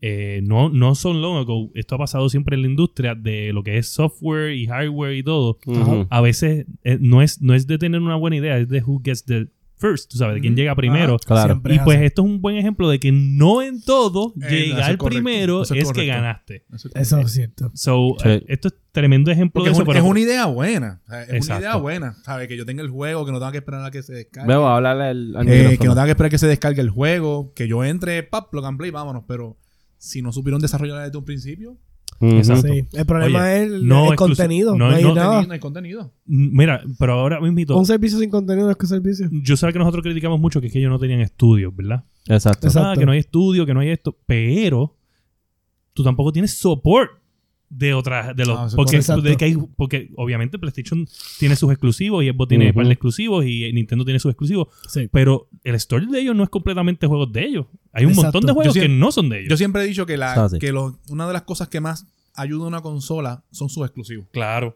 eh, no, no son long ago. Esto ha pasado siempre en la industria de lo que es software y hardware y todo. Mm. a veces eh, no, es, no es de tener una buena idea, es de who gets the first, tú sabes, de quién Ujú. llega Ah, primero. Claro. Siempre Y es pues así. esto es un buen ejemplo de que no en todo Eh, eso llegar es correcto, primero es, eso es que correcto. ganaste. Eso- Eso es cierto. So, Sí. eh, esto es tremendo ejemplo Porque de es, eso, un- pero es una idea buena. o sea, Es Exacto. una idea buena. ¿Sabes? Que yo tenga el juego, que no tenga que esperar a que se descargue. Veo, háblale al, al Eh, que micrófono. no tenga que esperar que se descargue el juego. Que yo entre, pap, plug and play, vámonos. Pero si no supieron desarrollar desde un principio, Ujú. Exacto. Sí. El problema Oye, es el, no el exclusi- contenido. no, No, hay no nada. contenido- no hay contenido. Mm, mira, pero ahora mismo, Un servicio sin contenido es que un servicio. yo sé que nosotros criticamos mucho que es que ellos no tenían estudios, ¿verdad? Exacto. Exacto. Ah, que no hay estudio, que no hay esto, pero tú tampoco tienes support de otras de los Ah, eso es porque, correcto. de que hay- porque obviamente PlayStation tiene sus exclusivos y Xbox tiene Ujú. par de exclusivos y Nintendo tiene sus exclusivos Sí. pero el store de ellos no es completamente juegos de ellos hay un Exacto. montón de Yo juegos que siempre- no son de ellos Yo siempre he dicho que, la, Ah, sí. que los- una de las cosas que más ayuda a una consola son sus exclusivos. claro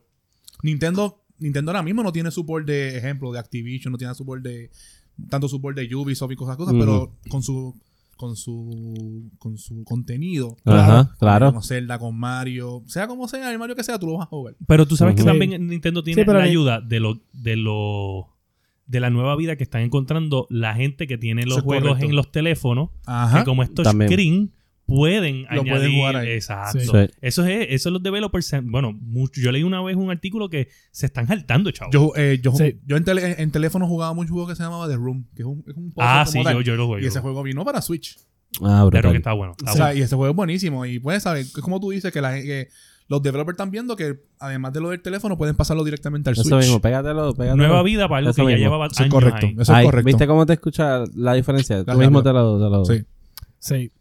Nintendo, Nintendo ahora mismo no tiene support de ejemplo de Activision, no tiene support de tanto support de Ubisoft y cosas cosas, Ujú. pero con su con su con su contenido. Ajá, claro. Con Zelda, con Mario, sea como sea, el Mario que sea, tú lo vas a jugar. pero tú sabes que Ujú. también Nintendo tiene Sí, pero la ni- ayuda de lo de lo de la nueva vida que están encontrando la gente que tiene los Eso es juegos correcto. en los teléfonos que Ajá. como es touchscreen También. pueden Lo añadir pueden jugar ahí. exacto Sí. Sí. eso es eso los developers se- bueno mucho, yo leí una vez un artículo que se están saltando chavo Yo, eh, yo, Sí. yo en, tele- en teléfono jugaba mucho un juego que se llamaba The Room, que es un, es un puzzle ah como sí tal. yo, yo lo juego Y yo ese lo juego vino para Switch. Ah, juego. Pero brutal. que está bueno está O sea, bueno. y ese juego es buenísimo. Y puedes saber, es como tú dices, que, la- que los developers están viendo que además de lo del teléfono pueden pasarlo directamente al Eso Switch. mismo, pégatelo, pégatelo. nueva vida para algo Eso que ya mismo. llevaba Eso es años correcto. ahí. Eso es Ay, correcto. ¿Viste cómo te escucha la diferencia? Tú Gracias, mismo bro. te lo... Te lo... Sí. Sí.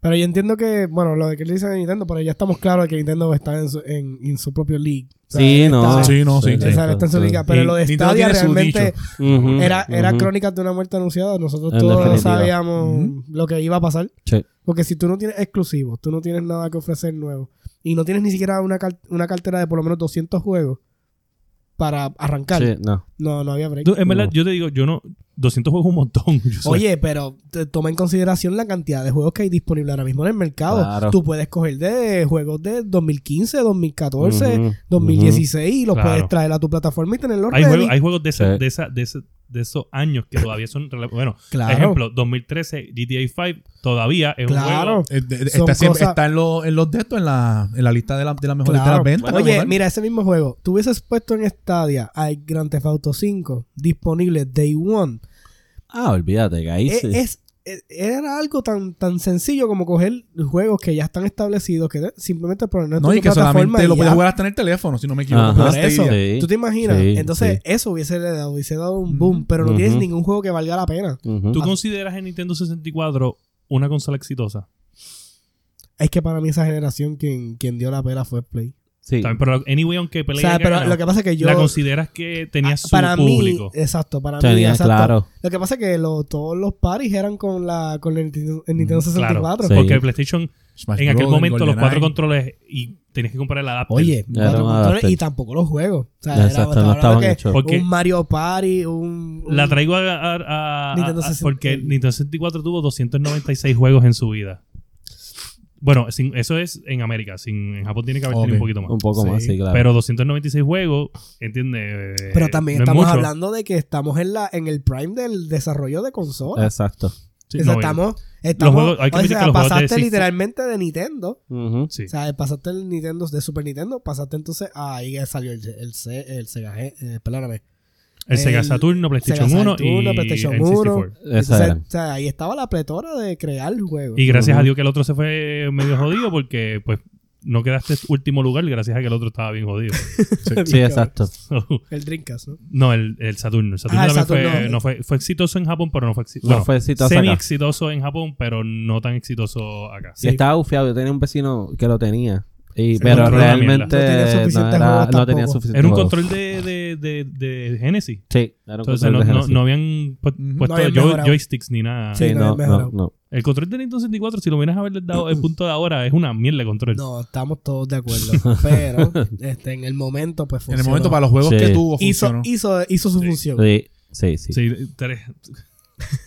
Pero yo entiendo que, bueno, lo de que le dicen a Nintendo, pero ya estamos claros de que Nintendo está en su, en, en su propio league. O sea, Ah, Sí, no. está- Sí, no, sí, o sea, está en su liga. Pero Y lo de Nintendo Stadia tiene su realmente Ujú, era, era ujú. crónicas de una muerte anunciada. Nosotros En todos definitiva. sabíamos lo que iba a pasar. Sí. Porque si tú no tienes exclusivos, tú no tienes nada que ofrecer nuevo y no tienes ni siquiera una, car- una cartera de por lo menos 200 juegos para arrancar, Sí, no. no, no había break. Tú, en verdad No. yo te digo yo no 200 juegos es un montón Yo soy- Oye, pero te- toma en consideración la cantidad de juegos que hay disponible ahora mismo en el mercado. Claro. Tú puedes coger de juegos de 2015, 2014, Ujú, 2016 y los Claro. puedes traer a tu plataforma y tenerlos hay ready. juegos hay juegos de, ese- Sí. de esa- de ese- de esos años que todavía son rele- bueno Claro. ejemplo 2013 GTA 5 todavía es un Claro. juego Eh, de- de- Son está, siempre- cosas- está en, los- en los de estos, en la, en la lista de, la, de las mejores de Claro. las ventas. Oye, como tal. mira, ese mismo juego, tú hubieses puesto en Stadia al Grand Theft Auto 5 disponible Day One. Ah, olvídate que ahí E- sí. es, e- era algo tan, tan sencillo como coger juegos que ya están establecidos, que simplemente poner no, y que solamente lo puedes jugar hasta en el teléfono, si no me equivoco. Ajá. por Por Stadia. eso, Sí, ¿tú te imaginas? sí, Entonces, sí. eso hubiese le dado, hubiese dado un Ujú. boom, pero no tienes Ujú. ningún juego que valga la pena. Ujú. tú consideras el Nintendo 64 una consola exitosa Es que para mí esa generación quien, quien dio la pena fue Play. Sí. También, pero anyway, aunque O Pelé sea, haya pero ganado, lo que pasa es que yo. la consideras que tenía Ah, su para público. mí, exacto, para mí, Tenía, exacto. claro. Lo que pasa es que lo- todos los parties eran con la con el Nintendo, el Nintendo Claro, 64. Sí. porque el PlayStation Smash en aquel Bros, momento los GoldenEye. cuatro controles y tenías que comprar el adapter. Oye, Ya cuatro era un controles adapter. y tampoco los juegos. O sea, era- Exacto, no estaba hablando estaban que hechos. Porque- Un Mario Party, un. un- la traigo a, a- a- a- Nintendo a- 64. porque Nintendo 64 tuvo 296 juegos en su vida. Bueno, sin- eso es en América, sin, en Japón tiene que haber Ok. tenido un poquito más. Un poco Sí. más, sí, claro. Pero 296 juegos, entiende. Eh, Pero también no es estamos mucho. hablando de que estamos en la en el prime del desarrollo de consolas. Exacto. Sí, o sea, no, eh, estamos, estamos- juegos- hay que o admitir sea, que los juegos de pasaste Six- literalmente de Nintendo. Ujú. sí. O sea, pasaste el Nintendo de Super Nintendo, pasaste entonces ahí que salió el, el, C- el Sega G, eh, perdóname. el Sega el- Saturno, PlayStation Sega 1 Saturno, y PlayStation el 64. 1. Esa Entonces, era. o sea, ahí estaba la pletora de crear juegos. Y gracias Ujú. a Dios que el otro se fue medio jodido porque pues no quedaste último lugar gracias a que el otro estaba bien jodido. Sí, exacto. El Dreamcast, ¿no? no, el, el Saturno. El Saturno Ah, el también Saturno. fue, no fue, fue exitoso en Japón, pero no fue exitoso. No fue exitoso Semi acá. exitoso en Japón, pero no tan exitoso acá. Y estaba bufiado. Yo tenía un vecino que lo tenía. Y, Se pero encontró una realmente no, mierda. No tenía suficientes era- juegos no tampoco. tenía suficiente. Era un control de, de, de, de Genesis. Sí, era un Entonces control no, de no, Genesis. no habían pu- Ujú. puesto No habían joy- mejorado. joysticks ni nada. Sí, Sí, no, no, no, mejorado. no. El control de Nintendo 64, si lo hubieras haber dado el punto de ahora, es una mierda de control. No, estamos todos de acuerdo. pero este, en el momento, pues En el funcionó. momento, para los juegos Sí. que tuvo, hizo, funcionó. hizo, hizo su función. Sí, sí, sí. Sí, tres,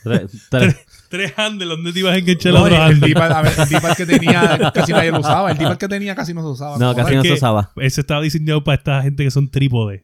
Tre- tre- tres handles, ¿dónde te ibas a enganchar No, los el, dos el handles? D-pad- a ver, el D-pad que tenía casi nadie lo usaba. El D-pad que tenía casi no se usaba. No, casi no se que- usaba. Ese estaba diseñado para esta gente que son trípodes.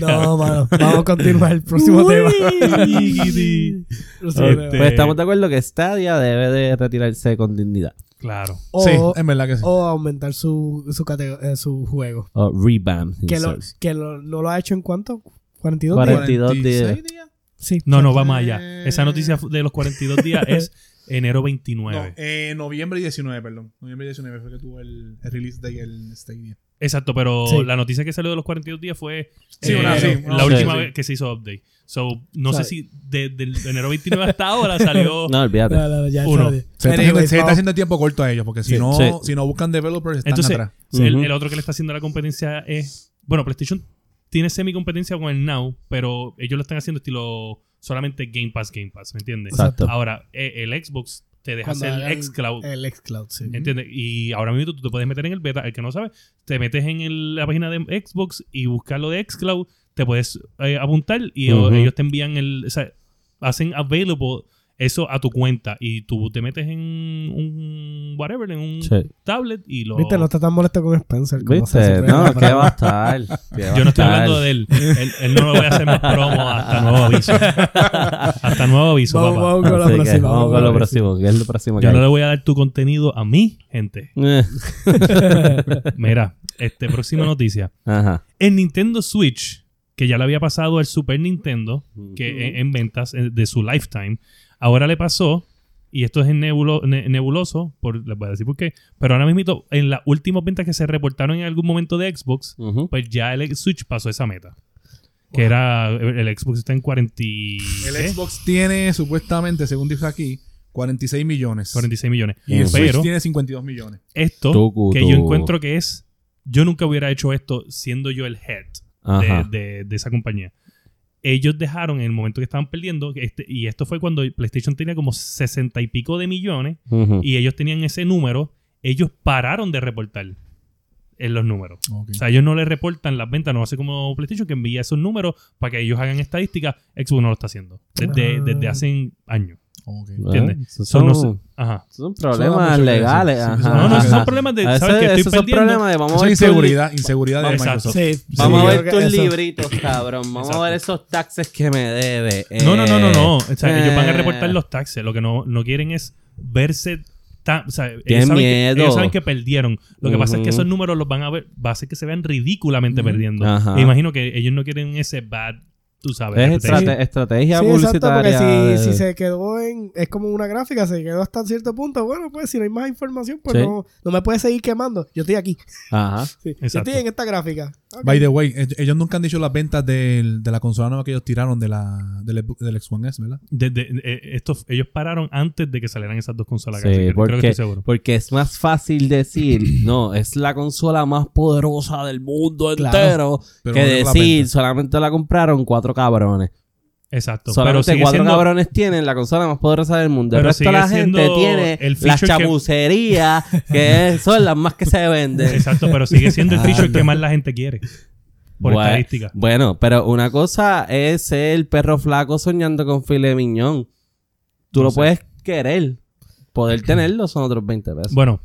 No, mano. Vamos a continuar el próximo tema. Uy. Próximo Este- tema. Pues estamos de acuerdo que Stadia debe de retirarse con dignidad. claro. O, sí, en verdad que sí. o aumentar su, su, categ- eh, su juego. O revamp. Que, lo, himself. que lo- no lo ha hecho en cuánto? ¿42 días? 42 46 días. días. Sí. No, no, va más allá. Esa noticia de los 42 días es enero 29. No, eh, noviembre 19, perdón. Noviembre 19 fue que tuvo el, el release day el Stadia. Exacto, pero Sí. la noticia que salió de los 42 días fue Sí, eh, una- sí, la una- última sí, sí. vez que se hizo update. So, no Sabe. sé si desde de enero 29 hasta ahora Oh. salió. No, olvídate. No, no, no, ya, Uno. sorry. Se, está, haciendo, Anyways, se está vamos- haciendo el tiempo corto a ellos, porque si, Sí. no, Sí. si no buscan developers, están Entonces, atrás. el, Ujú. el otro que le está haciendo la competencia es. Bueno, PlayStation tiene semi-competencia con el Now, pero ellos lo están haciendo estilo solamente Game Pass, Game Pass, ¿me entiendes? Exacto. Ahora, e- el Xbox te deja Cuando hacer hagan Xcloud. El xCloud, sí. ¿Entiendes? Y ahora mismo tú te puedes meter en el beta, el que no sabe, te metes en el- la página de Xbox y buscar lo de Xcloud, te puedes eh, apuntar y o- Ujú. ellos te envían el, o sea, hacen available eso a tu cuenta y tú te metes en un whatever, en un Sí. tablet y lo... Viste, no está tan molesto con Spencer. Como se hace ¿Viste? siempre. No, que va a estar. Yo no estoy hablando de él. él. él no me voy a hacer más promo hasta nuevo aviso. Hasta nuevo aviso, Vamos, papá. vamos con la próxima. Vamos con con lo la próximo. Que es lo próximo que Yo no le hay. voy a dar tu contenido a mi gente. Eh, Mira, este próxima noticia. Ajá. El Nintendo Switch, que ya le había pasado al Super Nintendo, que Ujú. en, en ventas eh, de su lifetime, ahora le pasó, y esto es en nebulo- ne- nebuloso, por, les voy a decir por qué, pero ahora mismo, en las últimas ventas que se reportaron en algún momento de Xbox, Ujú. pues ya el Switch pasó esa meta. Que era, el el Xbox está en 40, y- El ¿qué? Xbox tiene, supuestamente, según dice aquí, 46 millones. 46 millones. Y el Switch Pero tiene 52 millones. esto, Tucu, que tucu. yo encuentro que es, yo nunca hubiera hecho esto siendo yo el head. de, Ajá. de- de esa compañía. Ellos dejaron en el momento que estaban perdiendo, que este, y esto fue cuando PlayStation tenía como 60 y pico de millones, Ujú. y ellos tenían ese número, ellos pararon de reportar en los números. Ok. O sea, ellos no le reportan las ventas, no hace como PlayStation que envía esos números para que ellos hagan estadísticas. Xbox no lo está haciendo desde, Ah. desde hace años. Ok. ¿entiendes? Ah, esos So, Son, no sé- ajá. son Son problemas muchas veces. legales. Sí, ajá, No, no, ajá. son problemas de, ah, Ese- ¿sabes qué? Estoy esos son perdiendo. problemas de vamos a ver tu Eso es li- inseguridad, inseguridad de Exacto. Microsoft. Sí, sí, Vamos yo a ver creo que tus eso- libritos, cabrón. Vamos a ver esos taxes que me debe. No, no, no, no, no. O sea, eh. ellos van a reportar los taxes. Lo que no, no quieren es verse tan. O sea, Tienen ellos saben, que, miedo. ellos saben que perdieron. Lo que pasa es que Ujú. esos números los van a ver. Va a hacer que se vean ridículamente perdiendo. Ajá. Me imagino que ellos no quieren ese bad tú sabes. Es reputation. estrate- estrategia Sí, exacto, porque publicitaria. si, de- si se quedó en... Es como una gráfica, se quedó hasta cierto punto. Bueno, pues si no hay más información, pues Sí. no, no me puedes seguir quemando. Yo estoy aquí. Ajá. Sí, Yo Exacto. estoy en esta gráfica. Ok. By the way, ell- ellos nunca han dicho las ventas del- de la consola nueva que ellos tiraron de la, del, del X1S, ¿verdad? De- de- eh, estos- ellos pararon antes de que salieran esas dos consolas. Sí, así que creo que porque, estoy seguro. porque es más fácil decir, no, es la consola más poderosa del mundo Claro, entero, pero que no tengo la decir, venta. solamente la compraron cuatro cabrones. Exacto. Pero Solamente sigue cuatro siendo- cabrones tienen la consola más poderosa del mundo. El Pero resto de sigue la gente siendo tiene el las feature que- chamucerías, que... es- son las más que se venden. Exacto, pero sigue siendo el feature que más la gente quiere. Por Bueno, estadística. Bueno, pero una cosa es el perro flaco soñando con filet miñón. Tú No lo sé. puedes querer. Poder tenerlo son otros 20 pesos. Bueno,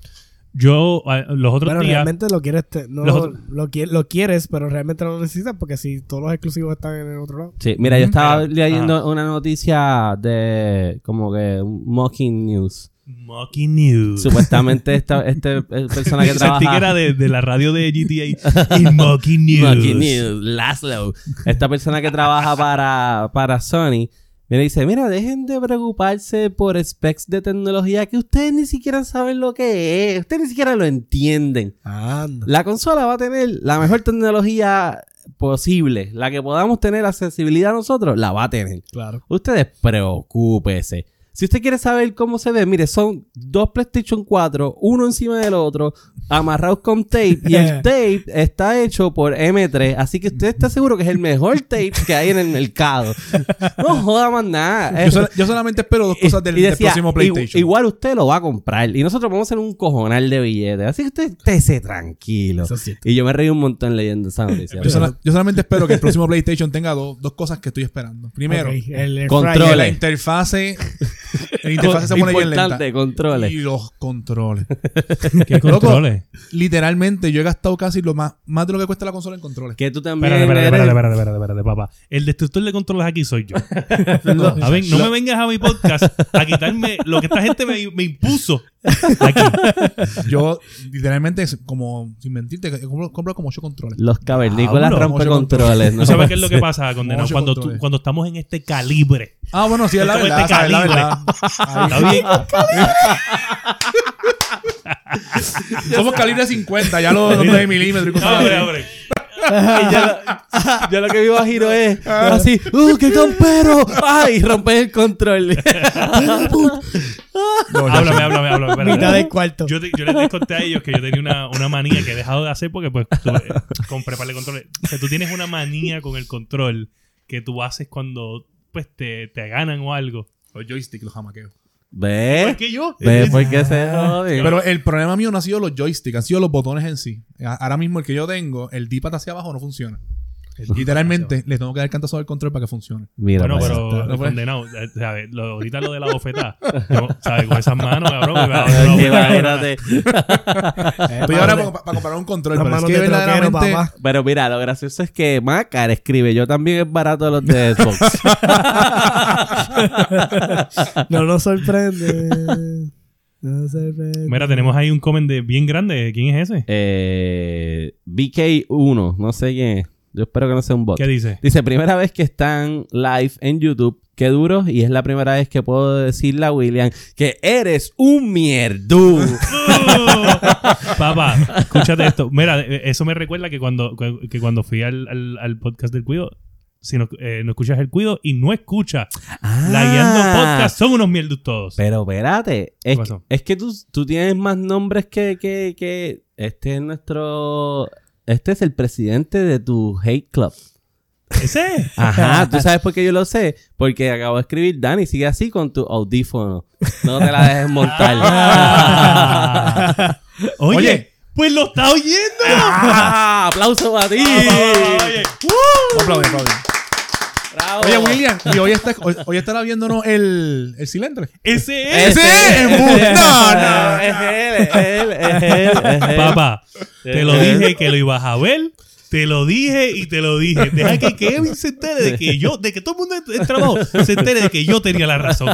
yo ah, los otros Bueno, días. realmente lo quieres, te- no, Los otros- lo, qui- lo quieres, pero realmente no lo necesitas porque si todos los exclusivos están en el otro lado. Sí, mira, yo estaba Mira, leyendo una noticia de como que un Mocking News. Mocking News. Supuestamente esta este, eh, persona que Sentí que era trabaja de, de la radio de GTA. Y Mocking News. Mocking News, Laszlo. Esta persona que trabaja para, para Sony, mira, dice, mira, dejen de preocuparse por specs de tecnología que ustedes ni siquiera saben lo que es, ustedes ni siquiera lo entienden. Anda. La consola va a tener la mejor tecnología posible, la que podamos tener accesibilidad a nosotros, la va a tener. Claro. Ustedes preocúpese. Si usted quiere saber cómo se ve, mire, son dos PlayStation 4, uno encima del otro, amarrados con tape, y el tape está hecho por M3, así que usted está seguro que es el mejor tape que hay en el mercado. No joda más nada. Yo, sol- yo solamente espero dos cosas del, Eh, Y del decía, próximo "Igu- PlayStation. Igual usted lo va a comprar, y nosotros vamos a hacer un cojonal de billetes, así que usted estése tranquilo. Eso es cierto. Y yo me reí un montón leyendo esa noticia. yo, sola- yo solamente espero que el próximo PlayStation tenga dos- dos cosas que estoy esperando. Primero, Ok, el air Control. fryer. que Ole. la interfase, la interfase se pone bien lenta. Importante, controles. Y los controles. ¿Qué Loco. controles? Literalmente, yo he gastado casi lo más, más de lo que cuesta la consola en controles. Que tú también Espérate, espérate, eres- espérate, espérate, espérate, espérate, papá. El destructor de controles aquí soy yo. No. A ver, no me vengas a mi podcast a quitarme lo que esta gente me, me impuso aquí. Yo, literalmente, es como, sin mentirte, que compro, compro como ocho controles. Los cavernícolas Diablo, rompe mucho controles. ¿No sabes qué es lo que pasa, condenado? Mucho Cuando, controles. tú- cuando estamos en este calibre. Ah, bueno, sí, es la Como verdad. este sabes, la calibre. verdad. Ah. Ahí. ¿Está bien? Somos calibre 50, ya los 9 milímetros y cosas Abre, así. abre. ya, lo, ya lo que vivo a Giro es así, ¡uh, qué campero! ¡Ay! Rompes el control. No, ya Háblame, háblame, háblame. espérate. Mitad del cuarto. Yo, te- yo les conté a ellos que yo tenía una, una manía que he dejado de hacer porque pues tú, eh, compré para el control. O sea, tú tienes una manía con el control que tú haces cuando pues te, te ganan o algo. Pues, Los joysticks los jamaqueo. ¿Ves? ¿Por qué yo? ¿Ves por qué se jode? Pero el problema mío no ha sido los joysticks, han sido los botones en sí. A- Ahora mismo el que yo tengo, el D-pad hacia abajo no funciona. Literalmente, le tengo que dar cantazo al control para que funcione. Eh, Mira, Bueno, pues, pero no, pues. condenado, eh, ¿sabes? Lo, ahorita lo de la bofetada, yo, ¿sabes? Con esas manos, cabrón. me va a dar una Ay, bofetada. imagínate. Estoy Pues ahora para, para comprar un control, Las pero es manos de que troquero, verdaderamente. papá. Pero mira, lo gracioso es que Macar escribe, yo también es barato los de Xbox. No nos sorprende. No nos sorprende. Mira, tenemos ahí un comment de bien grande. ¿Quién es ese? eh, BK1, no sé quién es. Yo espero que no sea un bot. ¿Qué dice? Dice, primera vez que están live en YouTube. Qué duros. Y es la primera vez que puedo decirle a William que eres un mierdú. Papá, escúchate esto. Mira, eh, eso me recuerda que cuando, cu- que cuando fui al, al- al podcast del Cuido, si no, eh, no escuchas el Cuido y no escuchas la guiando podcast, son unos mierdos todos. Ah. Pero espérate. Es, pasó? es que tú, tú tienes más nombres que, que, que... Este es nuestro... Este es el presidente de tu hate club. Ese. Ajá, ¿tú sabes por qué yo lo sé? Porque acabo de escribir, Dani, sigue así con tu audífono. No te la dejes montar. Ah. Oye, Oye. pues lo está oyendo. ¡Ah! ¡Aplauso para ti! Oye, Aplaude, aplaude. Bravo. Oye, William, y hoy, está, hoy, hoy estará viéndonos el, el cilindro. ese Ese, es. ¡Ese es ese, bu- no, no, Es él, es él, es él, es él. Papá, te lo Eh. dije que lo ibas a ver. Te lo dije y te lo dije. Deja que Kevin se entere de que yo, de que todo el mundo en el trabajo se entere de que yo tenía la razón.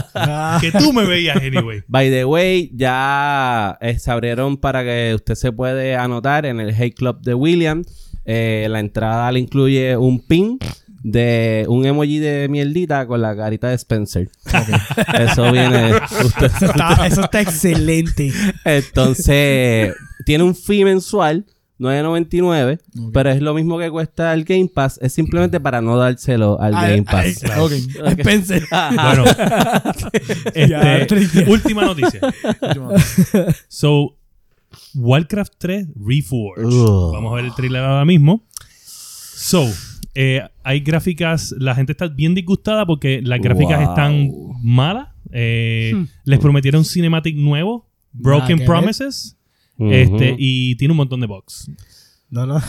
Que tú me veías anyway. By the way, ya eh, se abrieron para que usted se puede anotar en el Hate Club de William. Eh, la entrada le incluye un pin de un emoji de mierdita con la carita de Spencer. Eso viene. usted- Eso está, Ah, eso está excelente. entonces, tiene un fee mensual, 9.99, pero es lo mismo que cuesta el Game Pass. Es simplemente para no dárselo al Al- Game Pass. al- Ok. a Spencer. Ah. Bueno, este, Ya, trivia. última noticia. So, Warcraft 3 Reforged. Ugh. Vamos a ver el trailer ahora mismo. So, eh, hay gráficas. La gente está bien disgustada porque las gráficas Wow. están malas. Eh, Les prometieron cinematic nuevo, Broken Hmm. que ver. Promises, Ujú. este, y tiene un montón de bugs. No, no.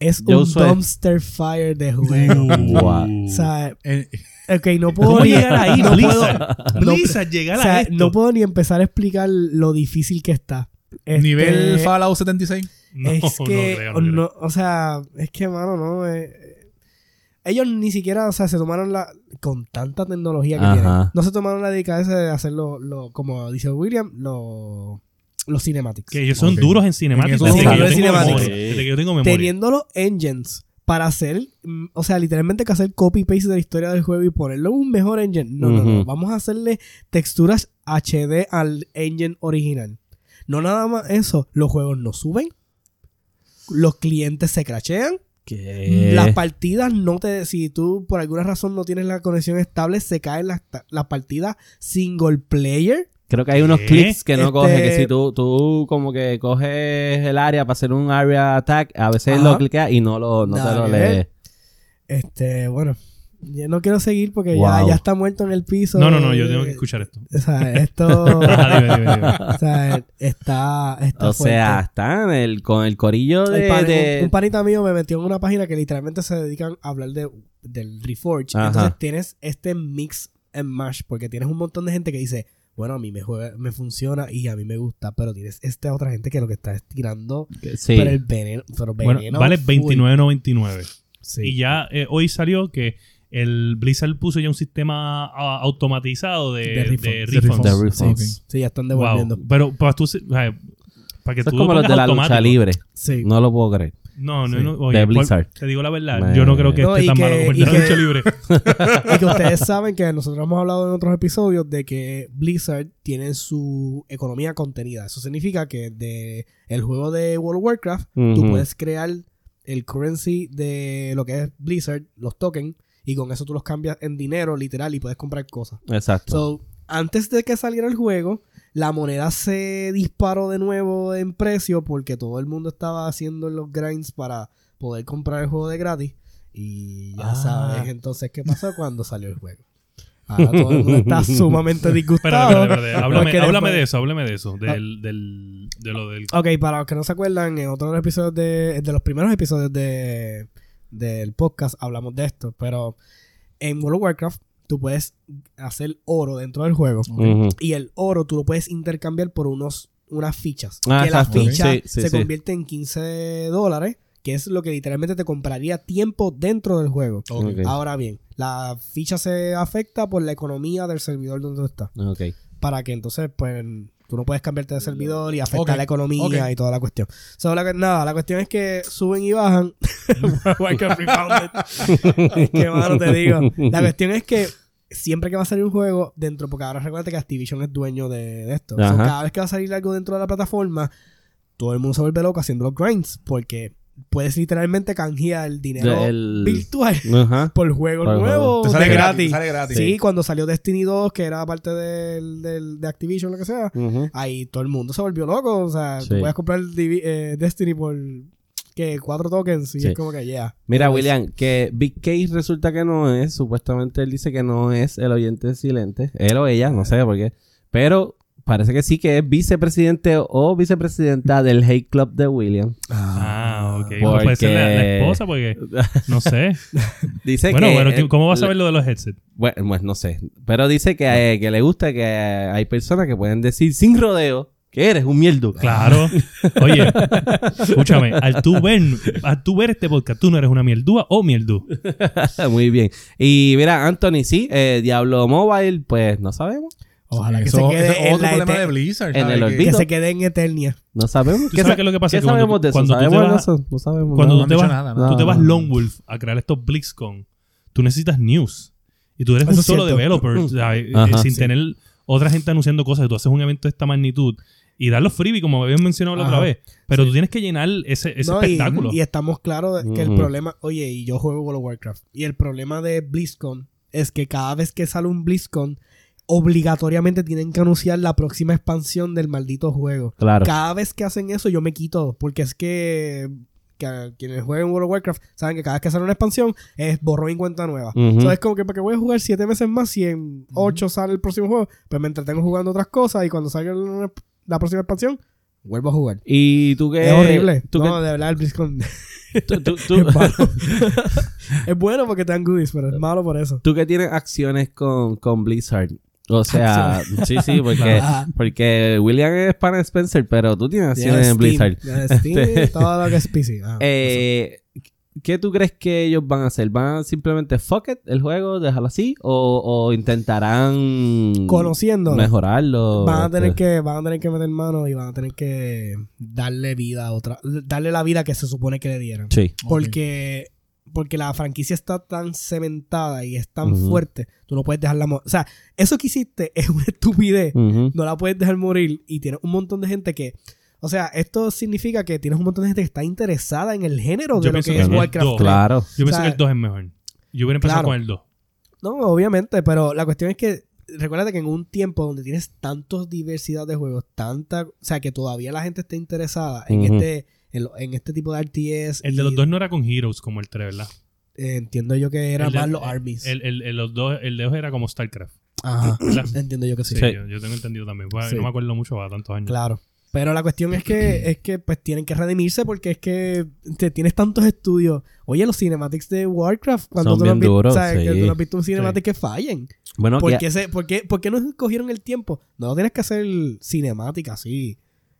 Es Yo un soy- dumpster fire de juego. Uh. Wow. o sea, Eh, ok, no ¿Cómo puedo ni, llegar ahí, no puedo, Blizzard? no- Blizzard, llegar o sea, a esto. no puedo ni empezar a explicar lo difícil que está. Este, Nivel Fallout 76. No, es no que, creo, no creo. no, o sea, es que, mano, no. eh, eh, ellos ni siquiera, o sea, se tomaron la. Con tanta tecnología que Ajá. tienen, no se tomaron la dedicación de hacerlo, lo, como dice William, lo- los cinematics. Que ellos son Ok. duros en cinemáticas. En eso Desde, que sí. yo Sí. tengo Cinemáticas. memoria, desde que yo tengo memoria. Teniendo los engines para hacer, mm, o sea, literalmente que hacer copy-paste de la historia del juego y ponerlo en un mejor engine. No, no, no. Ujú. Vamos a hacerle texturas HD al engine original. No nada más eso. Los juegos no suben. Los clientes se crashean. Eh. ¿Qué? Las partidas no te. Si tú por alguna razón no tienes la conexión estable, se caen las, ta- las partidas single player. Creo que hay unos ¿Qué? clics que no Este- coge, que si tú, tú como que coges el área para hacer un area attack, a veces Ajá. lo clicas y no, lo, no te Nada lo que ver. lees. Este, bueno. Yo no quiero seguir porque ya, Wow. ya está muerto en el piso. No, no, no, yo tengo que escuchar esto. O sea, esto. Ajá, dime, dime, dime. O sea, está. está O fuerte. sea, están el, con el corillo El de... pan- de- un, un panita mío me metió en una página que literalmente se dedican a hablar de, del Reforge. Ajá. Entonces tienes este mix and mash, porque tienes un montón de gente que dice, bueno, a mí me, juega- me funciona y a mí me gusta, pero tienes esta otra gente que lo que está es tirando que- sí. pero el veneno. Pero Bueno, veneno vale full. 29.99. Sí. Y ya eh, hoy salió que el Blizzard puso ya un sistema ah, automatizado de, De refunds. de De refunds. The refunds. Sí, ya están Wow. devolviendo. Pero para tú, se- o sea, para que Eso tú es lo como los pongas de la lucha automático. libre. Sí. No lo puedo creer. No, no, Sí. no. oye, De por- Blizzard. Te digo la verdad, Me- yo no creo que No, esté y tan que- malo como el y de la que- lucha libre. Y que ustedes saben que nosotros hemos hablado en otros episodios de que Blizzard tiene su economía contenida. Eso significa que de el juego de World of Warcraft tú Ujú. puedes crear el currency de lo que es Blizzard, los tokens, y con eso tú los cambias en dinero literal y puedes comprar cosas. Exacto. So, antes de que saliera el juego, la moneda se disparó de nuevo en precio porque todo el mundo estaba haciendo los grinds para poder comprar el juego de gratis. Y ya Ah. sabes entonces qué pasó cuando salió el juego. Ahora todo el mundo está sumamente Espérate, disgustado. espérate, espérate. Háblame, porque háblame de después- eso, háblame de eso. Del, del, de lo del. Ok, para los que no se acuerdan, en otro de los episodios de, de los primeros episodios de, del podcast hablamos de esto, pero en World of Warcraft tú puedes hacer oro dentro del juego Ujú. y el oro tú lo puedes intercambiar por unos unas fichas. Ah, que las exacto. fichas Sí, sí, se sí. convierten en 15 dólares, que es lo que literalmente te compraría tiempo dentro del juego. Ok. Ok. Ahora bien, la ficha se afecta por la economía del servidor donde tú estás. Ok. Para que entonces, pues, tú no puedes cambiarte de servidor y afecta Ok, la economía ok. y toda la cuestión. So, la, cu- nada, la cuestión es que suben y bajan. Warcraft Refounded. Es que, mano, te digo. La cuestión es que siempre que va a salir un juego dentro, porque ahora recuerda que Activision es dueño de, de esto. So, Ajá. cada vez que va a salir algo dentro de la plataforma, todo el mundo se vuelve loco haciendo los grinds, porque puedes literalmente canjear el dinero El- virtual Ajá. por juego Por juego. nuevo Te de sale gratis. gratis. te Sale gratis. Sí, cuando salió Destiny 2, que era parte del, del- de Activision, lo que sea, Ujú. ahí todo el mundo se volvió loco. O sea, Sí. tú puedes comprar Divi- eh, Destiny por que cuatro tokens y Sí. es como que ya. Mira, Pues, William, que Big Case resulta que no es. Supuestamente él dice que no es el oyente silente. Él o ella, no sé por qué. Pero parece que sí que es vicepresidente o vicepresidenta del Hate Club de William. Ah, ok. Porque- No puede ser la, la esposa porque. No sé. Dice Bueno, que... bueno, ¿qué- eh, ¿cómo vas a ver lo de los headsets? Bueno, pues no sé. Pero dice que, eh, que le gusta que eh, hay personas que pueden decir sin rodeo que eres un mierdo. Claro. Oye, escúchame, al tú ver, al tú ver este podcast, tú no eres una mieldúa o mieldú. Muy bien. Y mira, Anthony, sí, eh, Diablo Mobile, pues no sabemos. Ojalá que Eso- se quede ese es en otro la E problema ete- de Blizzard. en ¿sabes? el Que- Que olvido. se quede en Eternia. No sabemos. ¿Tú sabes qué es lo que pasa? ¿Qué Cuando sabemos tú- de eso? cuando tú te ¿Sabemos de vas- eso? No sabemos. Cuando nada. han tú, te dicho vas, nada, nada. tú te vas Ah. No. Lone Wolf a crear estos BlizzCon, tú necesitas news. Y tú eres Eso un es solo cierto. developer, ¿sabes? Eh, Ajá, sin sí. tener otra gente anunciando cosas. Tú haces un evento de esta magnitud y dar los freebies, como habían mencionado la otra Ajá. vez. Pero tú tienes que llenar ese, ese No, y- espectáculo. Y, estamos claros de que el Ujú. problema. Oye, y yo juego World of Warcraft. Y el problema de BlizzCon es que cada vez que sale un BlizzCon, obligatoriamente tienen que anunciar la próxima expansión del maldito juego. Claro. Cada vez que hacen eso, yo me quito. Porque es que. que a quienes juegan World of Warcraft saben que cada vez que sale una expansión es borrón y cuenta nueva. Ujú. Entonces es como que para que voy a jugar siete meses más si en ocho sale el próximo juego, pues me entretengo jugando otras cosas y cuando salga la- la próxima expansión, vuelvo a jugar. Y tú que... Es horrible. Eh, Tú no, que... de verdad, el BlizzCon tú- tú- tú- es malo. es bueno porque te dan goodies, pero es malo por eso. tú que tienes acciones con, con Blizzard. O sea, sí, sí, porque, Ajá. porque William es para Spencer, pero tú tienes Tienes acciones en Steam, Blizzard. tienes Steam, todo lo que es PC. Ah, Eh, ¿Qué tú crees que ellos van a hacer? ¿Van a simplemente fuck it, el juego, dejarlo así? ¿O, o intentarán eso. Conociéndolo, mejorarlo? van a tener Este, que van a tener que meter mano y van a tener que darle vida a otra, darle la vida que se supone que le dieron. Sí. Porque porque la franquicia está tan cementada y es tan Ujú. fuerte, tú no puedes dejarla morir. O sea, eso que hiciste es una estupidez. Ujú. no la puedes dejar morir y tienes un montón de gente que o sea, esto significa que tienes un montón de gente que está interesada en el género de Yo lo pienso que que es en el Warcraft. dos. 3. Claro. Yo pienso o sea, que el 2 es mejor. Yo hubiera empezado claro. con el 2. No, obviamente, pero la cuestión es que recuérdate que en un tiempo donde tienes tantos diversidad de juegos, tanta, o sea, que todavía la gente está interesada en Ujú. este en, lo- en este tipo de RTS. El de los y, dos no era con Heroes como el 3, ¿verdad? eh, entiendo yo que eran El de- más los armies. El, el, el- los dos, el de dos era como StarCraft. Ajá. ¿verdad? entiendo yo que Sí, sí. Sí. Yo, yo tengo entendido también. Bueno, Sí. No me acuerdo mucho, va tantos años. Claro. Pero la cuestión es que, es que pues tienen que redimirse porque es que te tienes tantos estudios. Oye, los cinematics de Warcraft, cuando Son tú no has bien visto, duros, sabes, que sí. tú no has visto un cinematic que fallen. Bueno, ¿Por, que- qué se, por, qué, por qué no escogieron el tiempo? No tienes que hacer cinemática así,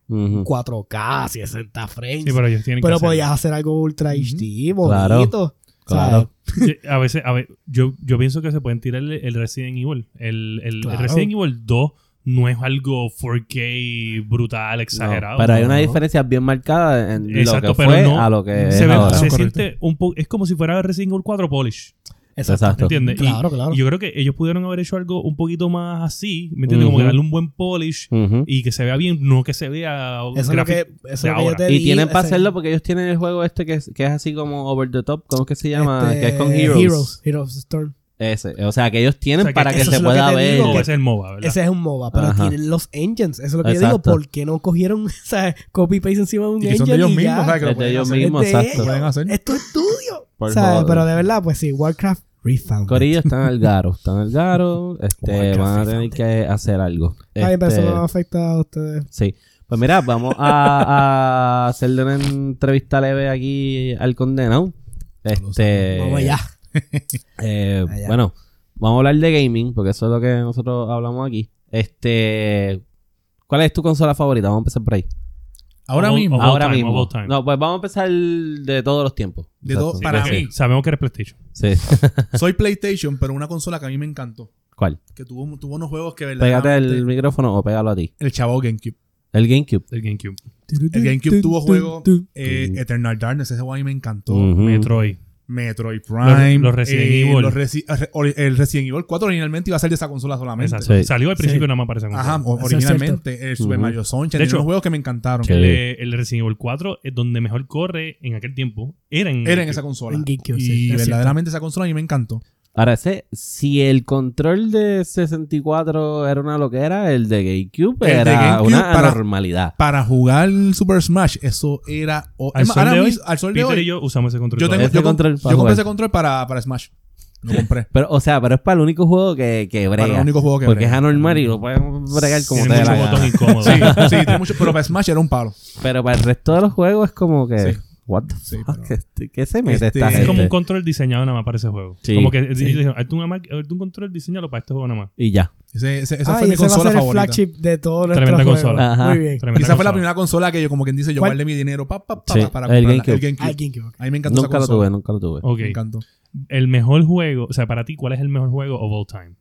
Ujú. 4K, 60 frames. Sí, pero pero ellos tienen que hacerlo. podías hacer algo ultra HD, Claro, bonito. claro. ¿sabes? Sí, a veces, a ver, yo, yo pienso que se pueden tirar el, el Resident Evil. El, el- el Claro. Resident Evil 2 no es algo 4K brutal, No, exagerado. pero hay una No. diferencia bien marcada en Exacto, lo que pero fue no a lo que es Se, ve- ahora. se Correcto. siente un poco. Es como si fuera Resident Evil 4 Polish. Exacto. ¿Entiendes? Y- Claro, claro. Y yo creo que ellos pudieron haber hecho algo un poquito más así. ¿Me entiendes? Como Ujú. que darle un buen Polish Ujú. y que se vea bien, no que se vea. eso es lo que, gráfic- eso es lo que yo ahora. te Y digo, tienen para ese- hacerlo porque ellos tienen el juego este que es, que es así como over the top, ¿cómo es que se llama? este, que es con Heroes. Heroes, Heroes Storm. Ese. O sea, que ellos tienen O sea, que para que, eso se es lo que pueda te ver. digo, MOBA, ese es el MOBA, ¿verdad? Ese es un MOBA, pero Ajá. tienen los engines. Eso es lo que yo digo. Exacto. ¿Por qué no cogieron o sea, copy-paste encima de un Y que engine? son de ellos y mismos, ya? ¿sabes? Que lo Es de pueden ellos hacer. mismos. Es de exacto. ellos. Pueden Eh, hacer. Es tu estudio. Por ¿sabes? favor. Este, Pero de verdad, pues sí, Warcraft Refound. Corillo están al garo, están al garo. Este, Warcraft, van a tener fíjate. que hacer algo. Está bien, pero eso Este, no afecta a ustedes. Sí. Pues mira, vamos a, a hacerle una entrevista leve aquí al condenado. Este, Vamos allá. eh, Ah, Allá. bueno, vamos a hablar de gaming, porque eso es lo que nosotros hablamos aquí. Este, ¿cuál es tu consola favorita? Vamos a empezar por ahí. Ahora All- mismo, all- Ahora time, mismo. all time. No, pues vamos a empezar de todos los tiempos. De Exacto. todo- para Sí, mí. Sabemos que eres PlayStation. Sí. soy PlayStation, pero una consola que a mí me encantó. ¿Cuál? Que tuvo, tuvo unos juegos que Pégate verdaderamente... el micrófono o pégalo a ti. El chavo GameCube. El GameCube. El GameCube. El GameCube tuvo juegos... eh, Ujú. Eternal Darkness, ese juego a mí me encantó. Ujú. Metroid. Metroid Prime. Los- los Resident Evil. los Resi- eh, ori- el Resident Evil 4 originalmente iba a ser de esa consola solamente. Exacto. Sí. Salió al principio nada más para esa consola. Ajá, o- Eso es originalmente. El Super Ujú. Mario Sunshine. De De hecho- hecho, unos juegos que me encantaron. Sí. El, de- Eh, el de Resident Evil 4 es donde mejor corre en aquel tiempo. Era en, Era en esa GameCube. consola. En GameCube, y sí, es verdaderamente esa consola a mí me encantó. Ahora sé, si el control de 64 era una loquera, el de GameCube El de era GameCube una para- anormalidad. Para jugar Super Smash, eso era. o- Al es más, sol, ahora de hoy, mismo- al sol de Peter hoy, y yo usamos ese control. yo, tengo, todavía. Ese yo, com- control yo para jugar. compré ese control para, para Smash. Lo compré. Pero, o sea, pero es para el único juego que, que brega. para el único juego que porque es brega. anormal y lo pueden bregar como te Tiene dé la mucho gana. botón incómodo. Sí, sí, tiene mucho- pero para Smash era un palo. Pero para el resto de los juegos es como que. Sí. What the Sí, fuck? pero- ¿Qué, qué se mete Este, esta es gente? Es como un control diseñado nada más para ese juego. Sí. Como que dijeron, hazte un, ama- hazte un control diseñado para este juego nada más. Y ya. Ese, ese- esa Ah, y fue mi ese va a consola ser el favorita. flagship de todos nuestros Tremenda juegos. consola. Ajá. Muy bien. Tremenda Y esa fue la consola. primera consola que yo, como quien dice, yo ¿Cuál? guardé mi dinero pa, pa, pa, Sí, el para comprarla. GameCube. El Ah, el GameCube, ok. A mí me encantó Nunca esa lo tuve, consola. nunca lo tuve. Ok. Me encantó. El mejor juego, o sea, para ti, ¿cuál es el mejor juego of all time?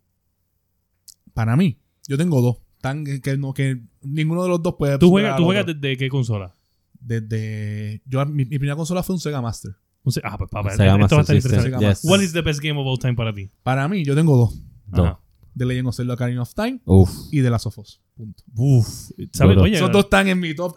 Para mí, Yo tengo dos. Tan que, que no, que ninguno de los dos puede. ¿Tú superar juegas, al tú juegas otro. desde qué consola? desde. Yo, mi, mi primera consola fue un Sega Master. Un se- Ah, pues papá, Sega esto va a estar Master System, interesante. Sega yes. ¿Cuál es the best game of all time para ti? Para mí, yo tengo dos. Dos. Ajá. The Legend of Zelda Ocarina of Time Uf. y The Last of Us. Punto. Uf, ¿sabes? Duro. Oye, Esos dos están en mi top.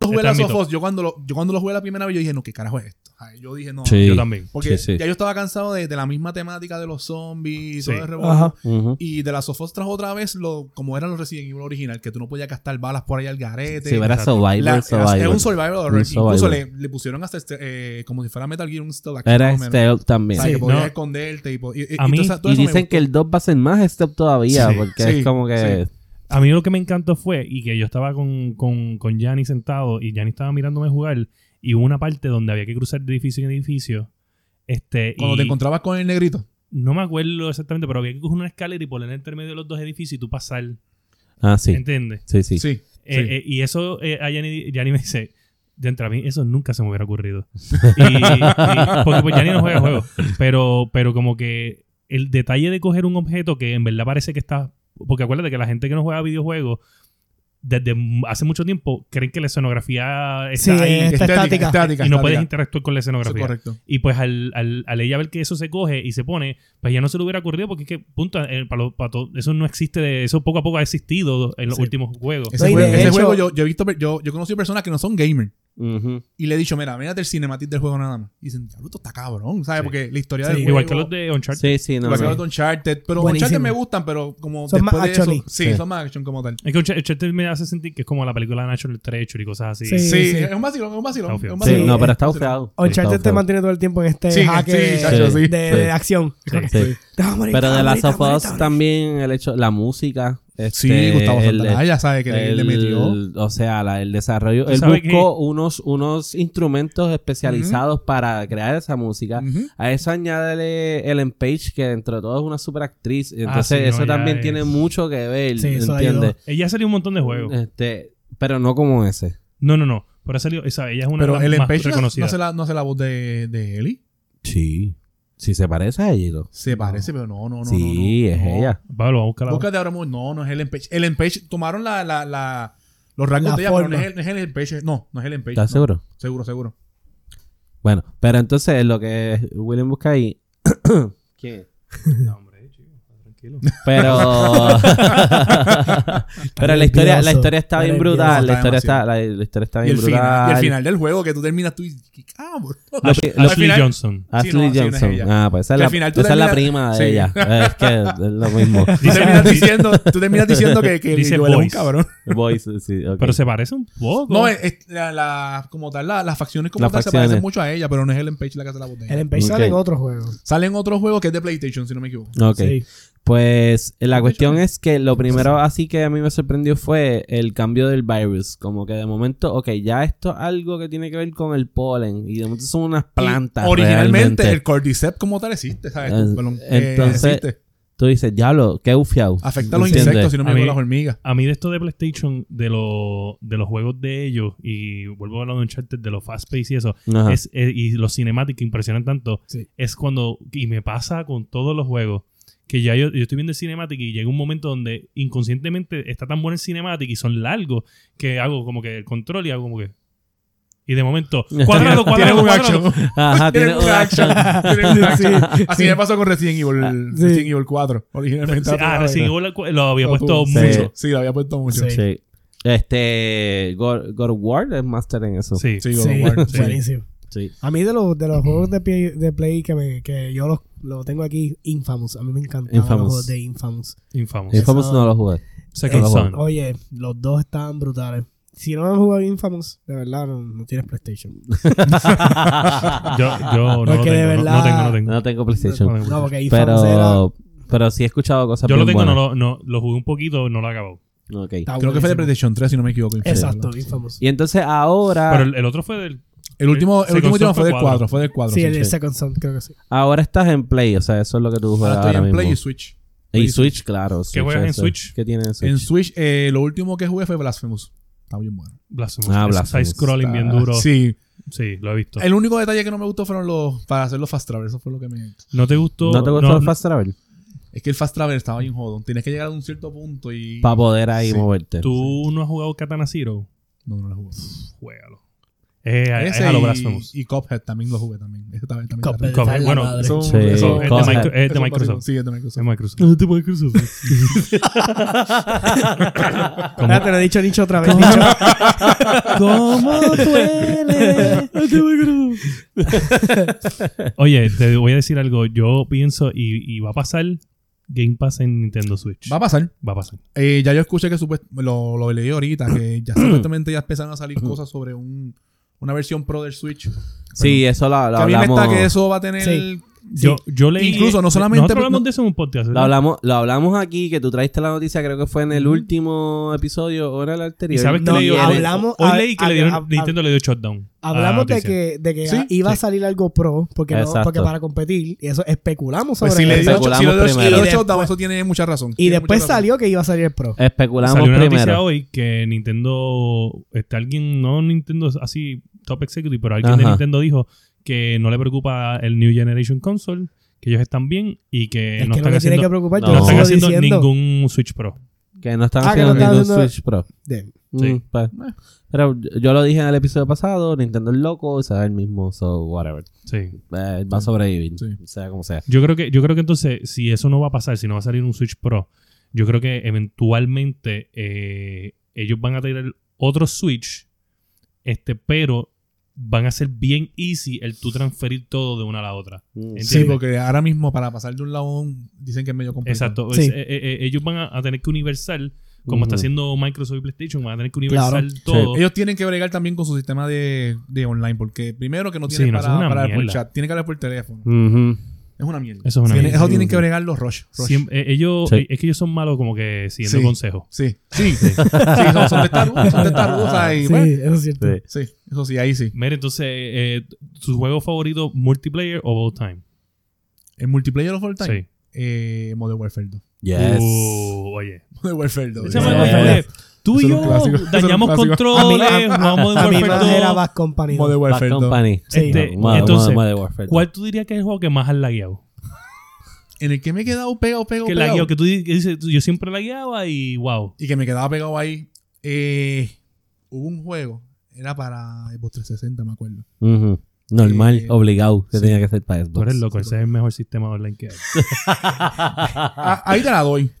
Cuando jugué Está en Last mi of top. Us, yo cuando, lo, yo cuando lo jugué la primera vez, yo dije, no, ¿qué carajo es esto? Ay, yo dije, no. Sí. yo también. Porque Sí, sí. ya yo estaba cansado de, de la misma temática de los zombies y Sí. todo el revolú. Ajá. Ujú. Y de las of Us trajo otra vez lo, como eran los Resident Evil original, que tú no podías gastar balas por ahí al garete. Si era exacto. Survivor, La- era- Survivor. era un survival horror. Un Incluso survival. le, le pusieron hasta este, eh, como si fuera Metal Gear un stealth action, Era más o menos. Stealth también. O sea, que Sí, podías no. esconderte y, po- y- y- A y mí- todo esa- todo Y eso me dicen gustó. que el 2 va a ser más Stealth todavía, Sí, porque sí, es como que... A mí lo que me encantó fue, y que yo estaba con, con, con Gianni sentado, y Gianni estaba mirándome jugar, y hubo una parte donde había que cruzar de edificio en edificio. Este, cuando y te encontrabas con el negrito. No me acuerdo exactamente, pero había que coger una escalera y poner entre medio de los dos edificios y tú pasar. Ah, sí. ¿Entiendes? Sí, Sí. sí. Eh, sí. eh, y eso, eh, a Yanni, Yanni me dice, dentro a mí, eso nunca se me hubiera ocurrido. Y, y- porque pues Yanni no juega juegos. Pero, pero como que el detalle de coger un objeto que en verdad parece que está... Porque acuérdate que la gente que no juega videojuegos desde m- hace mucho tiempo creen que la escenografía está Sí, ahí Está estática. y no puedes interactuar con la Eso es escenografía. correcto. Y pues al, al, al ella ver que eso se coge y se pone, pues ya no se le hubiera ocurrido porque es que, punto, eh, para lo- para to- eso no existe, de- eso poco a poco ha existido en los Sí. últimos juegos. Ese, No, y juego, de ese hecho- juego yo, yo he visto, yo, yo he conocido personas que no son gamers. Ujú. Y le he dicho, mira, mírate el cinematic del juego nada más. Y dicen, diablo, esto está cabrón, ¿sabes? Sí. Porque la historia Sí, del juego... Igual que los de Uncharted. Sí, sí, no, Lo que no. hago con Uncharted, pero Buenísimo. Uncharted me gustan, pero como Son más después de action-y. eso, sí, Sí. son más action como tal. Es que Unch- Uncharted me hace sentir que es como la película de National Treasure y cosas así. Sí. Sí, es un vacilón, es un vacilón. Está feo. es un Sí, vacilón. no, pero está Sí. ufeado. Uncharted te mantiene todo el tiempo en este Sí, jaque sí, chacho, Sí. sí. de, Sí. de acción. Sí. Te vas a morir, te Pero vas a de morir, las te vas of a morir, Us te vas a morir. también, el hecho, la música. Sí, este, Gustavo el- Santana, ya sabe que le- le metió. el- o sea, la- el desarrollo. ¿Tú Él sabes buscó unos, unos instrumentos especializados para crear esa música. Ujú. A eso añádele Ellen Page, que dentro de todo es una superactriz. Entonces, sí, no, eso ya también es- tiene mucho que ver. Sí, eso ¿Entiendes? Ella Eh, salió un montón de juegos. Este, pero no como ese. No, no, no. Pero ha salido, esa, ella es una Pero de el las más Page no, reconocidas. no hace la, no hace la voz de, de Ellie. Sí. Si se parece a ella. ¿no? Se parece, pero no, no, no. sí, no, no, es no. ella. Pablo, vamos a buscarla. Busca de ahora mismo. No, no es Ellen Page. Ellen Page tomaron la, la, la, los rasgos La de ella, pero no forma. es, no es Ellen Page. No, no es Ellen Page. ¿Estás no. seguro? Seguro, seguro. Bueno, pero entonces lo que William busca ahí. ¿Qué? No, hombre, chico, tranquilo. Pero. pero la historia, la nervioso, historia está está bien nervioso. brutal. La Está historia está, la, la historia está Y bien el, brutal. final, y el final del juego que tú terminas tú y... y- ¡Cabrón! Los- Ash- los- Ashley final- Johnson. Ashley Sí, no, sí, no es ah, Johnson. ella. ah, pues esa es Que la, al final tú esa es la terminas- prima de Sí. ella. Es que es lo mismo. Tú terminas diciendo, tú terminas diciendo que, que Dice Joel es un voice. cabrón. Voice, sí, ok. Pero se parece un poco. No, es, es la, la- como tal, la- las facciones como Las tal se facciones. parecen mucho a ella, pero no es Ellen Page la que hace la voz de ella. El Page Ok. sale en otros juegos. Sale en otro juego que es de PlayStation, si no me equivoco. Ok. Sí. Pues eh, la cuestión es que lo primero así que a mí me sorprendió fue el cambio del virus. Como que de momento, ok, ya esto es algo que tiene que ver con el polen. Y de momento son unas plantas. Y originalmente realmente. el Cordyceps como tal existe, ¿sabes? Eh, Perdón, eh, entonces- existe. Tú dices, diablo, qué ufiado. Afecta a los ¿Entiendes? insectos, si no me A mí- equivoco, las hormigas. A mí de esto de PlayStation, de, lo- de los juegos de ellos, y vuelvo a hablar de Uncharted, de los Fast Pace y eso, Ajá. es, eh, y los cinemáticos que impresionan tanto, Sí. es cuando, y me pasa con todos los juegos, que ya yo, yo estoy viendo el cinematic y llega un momento donde inconscientemente está tan bueno el cinematic y son largos, que hago como que el control y hago como que... Y de momento, cuadrado, Tiene cuadrado, un cuadrado. action. Ah, Ajá, tiene Tiene un action. Tiene un action. Así me pasó con Resident Evil, Sí. Resident Evil 4. Originalmente. Ah. Sí, ah, Resident Evil lo había Lo puesto tuvo. Sí. mucho. Sí, lo había puesto mucho. Sí. Sí. Este. God, God of War es master en eso. Sí. Sí, God of Sí, War, sí. buenísimo. Sí. A mí de los, de los juegos de Play, de Play que, me, que yo los, lo tengo aquí, Infamous. A mí me encantaban Infamous. los juegos de Infamous. Este, Infamous. Infamous no lo jugué. Second Eh, Son. Oye, los dos estaban brutales. Si no han jugado Infamous, de verdad no, no tienes PlayStation. Yo, yo no, lo Porque de tengo, no- no verdad- tengo, no tengo. No tengo PlayStation. No, No, porque Infamous era... pero. Pero sí he escuchado cosas Yo lo bien tengo, no, buenas. lo- no lo jugué un poquito, no lo he acabado. Ok. está Creo que fue de buenísimo. PlayStation 3, si no me equivoco. Exacto, Infamous. Y entonces ahora. Pero el, el otro fue del. El último, el Se último consó tema fue fue del cuatro. 4. Fue del 4. Sí, el sí. Second Son, creo que sí. Ahora estás en Play, o sea, eso es lo que tú Ahora juegas estoy ahora, en Play y mismo. Switch. y Switch, claro. Switch, juegas en eso. Switch? ¿Qué tiene en Switch? En Switch, eh, lo último que jugué fue Blasphemous. Está bien bueno. Blasphemous. Ah, Ese Blasphemous. side-scrolling bien Está- duro. Sí. Sí. lo he visto. El único detalle que no me gustó fueron los. Para hacer los fast travel. Eso fue lo que me. ¿No te gustó? ¿No te gustó el Fast Travel? Es Es que el fast travel estaba bien jodón. Tienes que llegar a un cierto punto y. Para poder ahí Sí. moverte. ¿Tú no has jugado Katana Zero? No, no lo jugué. Juégalo. Es, Ah, es Ese a lo Blasphemous. y, y Cuphead también lo jugué también. Ese también, también Cuphead. está rico. Está Cuphead, la bueno, madre. Eso- Sí, eso es de, Cuphead. Micro- es de Em, eso Microsoft. Sí, es de Microsoft. Es de Microsoft. de Microsoft. Espérate, Ah, lo he dicho, dicho otra vez. Dicho. ¿Cómo duele? Oye, te voy a decir algo. Yo pienso y, y va a pasar Game Pass en Nintendo Switch. Va a pasar. Va a pasar. Eh, ya yo escuché que supuest- lo, lo leí ahorita, que ya supuestamente ya empezaron a salir cosas sobre un, una versión pro del Switch. Sí, eso lo, lo Que a mí me hablamos. está que eso va a tener. Sí. Yo, yo leí. Incluso, no solamente- Nosotros hablamos de eso en un podcast. Lo ¿verdad? hablamos, lo hablamos aquí, que tú traíste la noticia, creo que fue en el último episodio o era el ¿Y anterior. sabes qué No, leí yo? hablamos- Hoy hab- leí que hab- le dieron, hab- Nintendo le dio shutdown. a la Hablamos de noticia. que, de que Sí, iba a sí. salir algo pro, porque, no, Exacto. porque para competir, y eso especulamos sobre Pues si le eso. dio si le dio- Especulamos si le dio primero. shutdown, eso tiene mucha razón. Y Tiene después mucha razón. salió que iba a salir el pro. Especulamos Salió una noticia primero. hoy que Nintendo, este, alguien, no Nintendo así top executive, pero alguien de Ajá. Nintendo dijo que no le preocupa el New Generation Console, que ellos están bien y que es Eh, no que no están te tiene que haciendo, preocupar, no yo no lo están sigo haciendo diciendo. ningún Switch Pro. Que no están Ah, que no haciendo están ningún haciendo- Switch Pro. De- Sí. Eh. Mm, pues. Pero yo lo dije en el episodio pasado, Nintendo es loco, o sea, el mismo, so whatever. Sí. Eh, va a sobrevivir, Sí. sea como sea. Yo creo que, yo creo que entonces, si eso no va a pasar, si no va a salir un Switch Pro, yo creo que eventualmente eh, ellos van a tener otro Switch, este, pero van a ser bien easy el tú transferir todo de una a la otra. Mm. Entiendo. Sí, porque ahora mismo para pasar de un lado a un, dicen que es medio complicado. Exacto. Sí. Es- eh, eh, eh, ellos van a, a tener que universal, como está Ujú. haciendo Microsoft y PlayStation, van a tener que universal todo. Ellos tienen que bregar también con su sistema de, de online, porque primero que no Sí, tienen no, eso es para, una para hablar por mierda. chat, tienen que hablar por teléfono. Ujú. Es una mierda. Eso es una Tiene- mierda. eso Sí, tienen sí. que bregar los rush. rush. Siem- eh, ellos, Sí. eh, es que ellos son malos como que siguiendo Sí. consejos. Sí, sí, sí. son, son de Star Wars, son de Star Wars, o sea, y, Sí, bueno, eso es cierto. Sí. sí, eso sí, ahí sí. Mira, entonces, eh, ¿su juego favorito multiplayer o all time? El multiplayer of all time, Sí. eh, Modern Warfare 2. Yes. Uh, oye. Modern Warfare 2. Ese Sí. me lo dije. Tú y Pues Eso era un yo clásico. Eso era un dañamos clásico. controles, A mí- a- jugamos de A mí Warfare más era 2. Bad Company. ¿no? Modern Bad Warfare 2. Company. Sí. No, Este, Modern- entonces, Modern Warfare. ¿Cuál tú dirías que es el juego que más has lagueado? En el que me he quedado pegado, pegado, Que pegado. lagueado, que tú di- que dices, yo siempre lagueaba y wow. Y que me quedaba pegado ahí. Eh, hubo un juego, era para Xbox 360, me acuerdo. Ujú. Normal, Eh, obligado, que sí. tenía que ser para Xbox. Tú eres loco, eh. ese es el mejor sistema online que hay. Ah, ahí te la doy. Sí,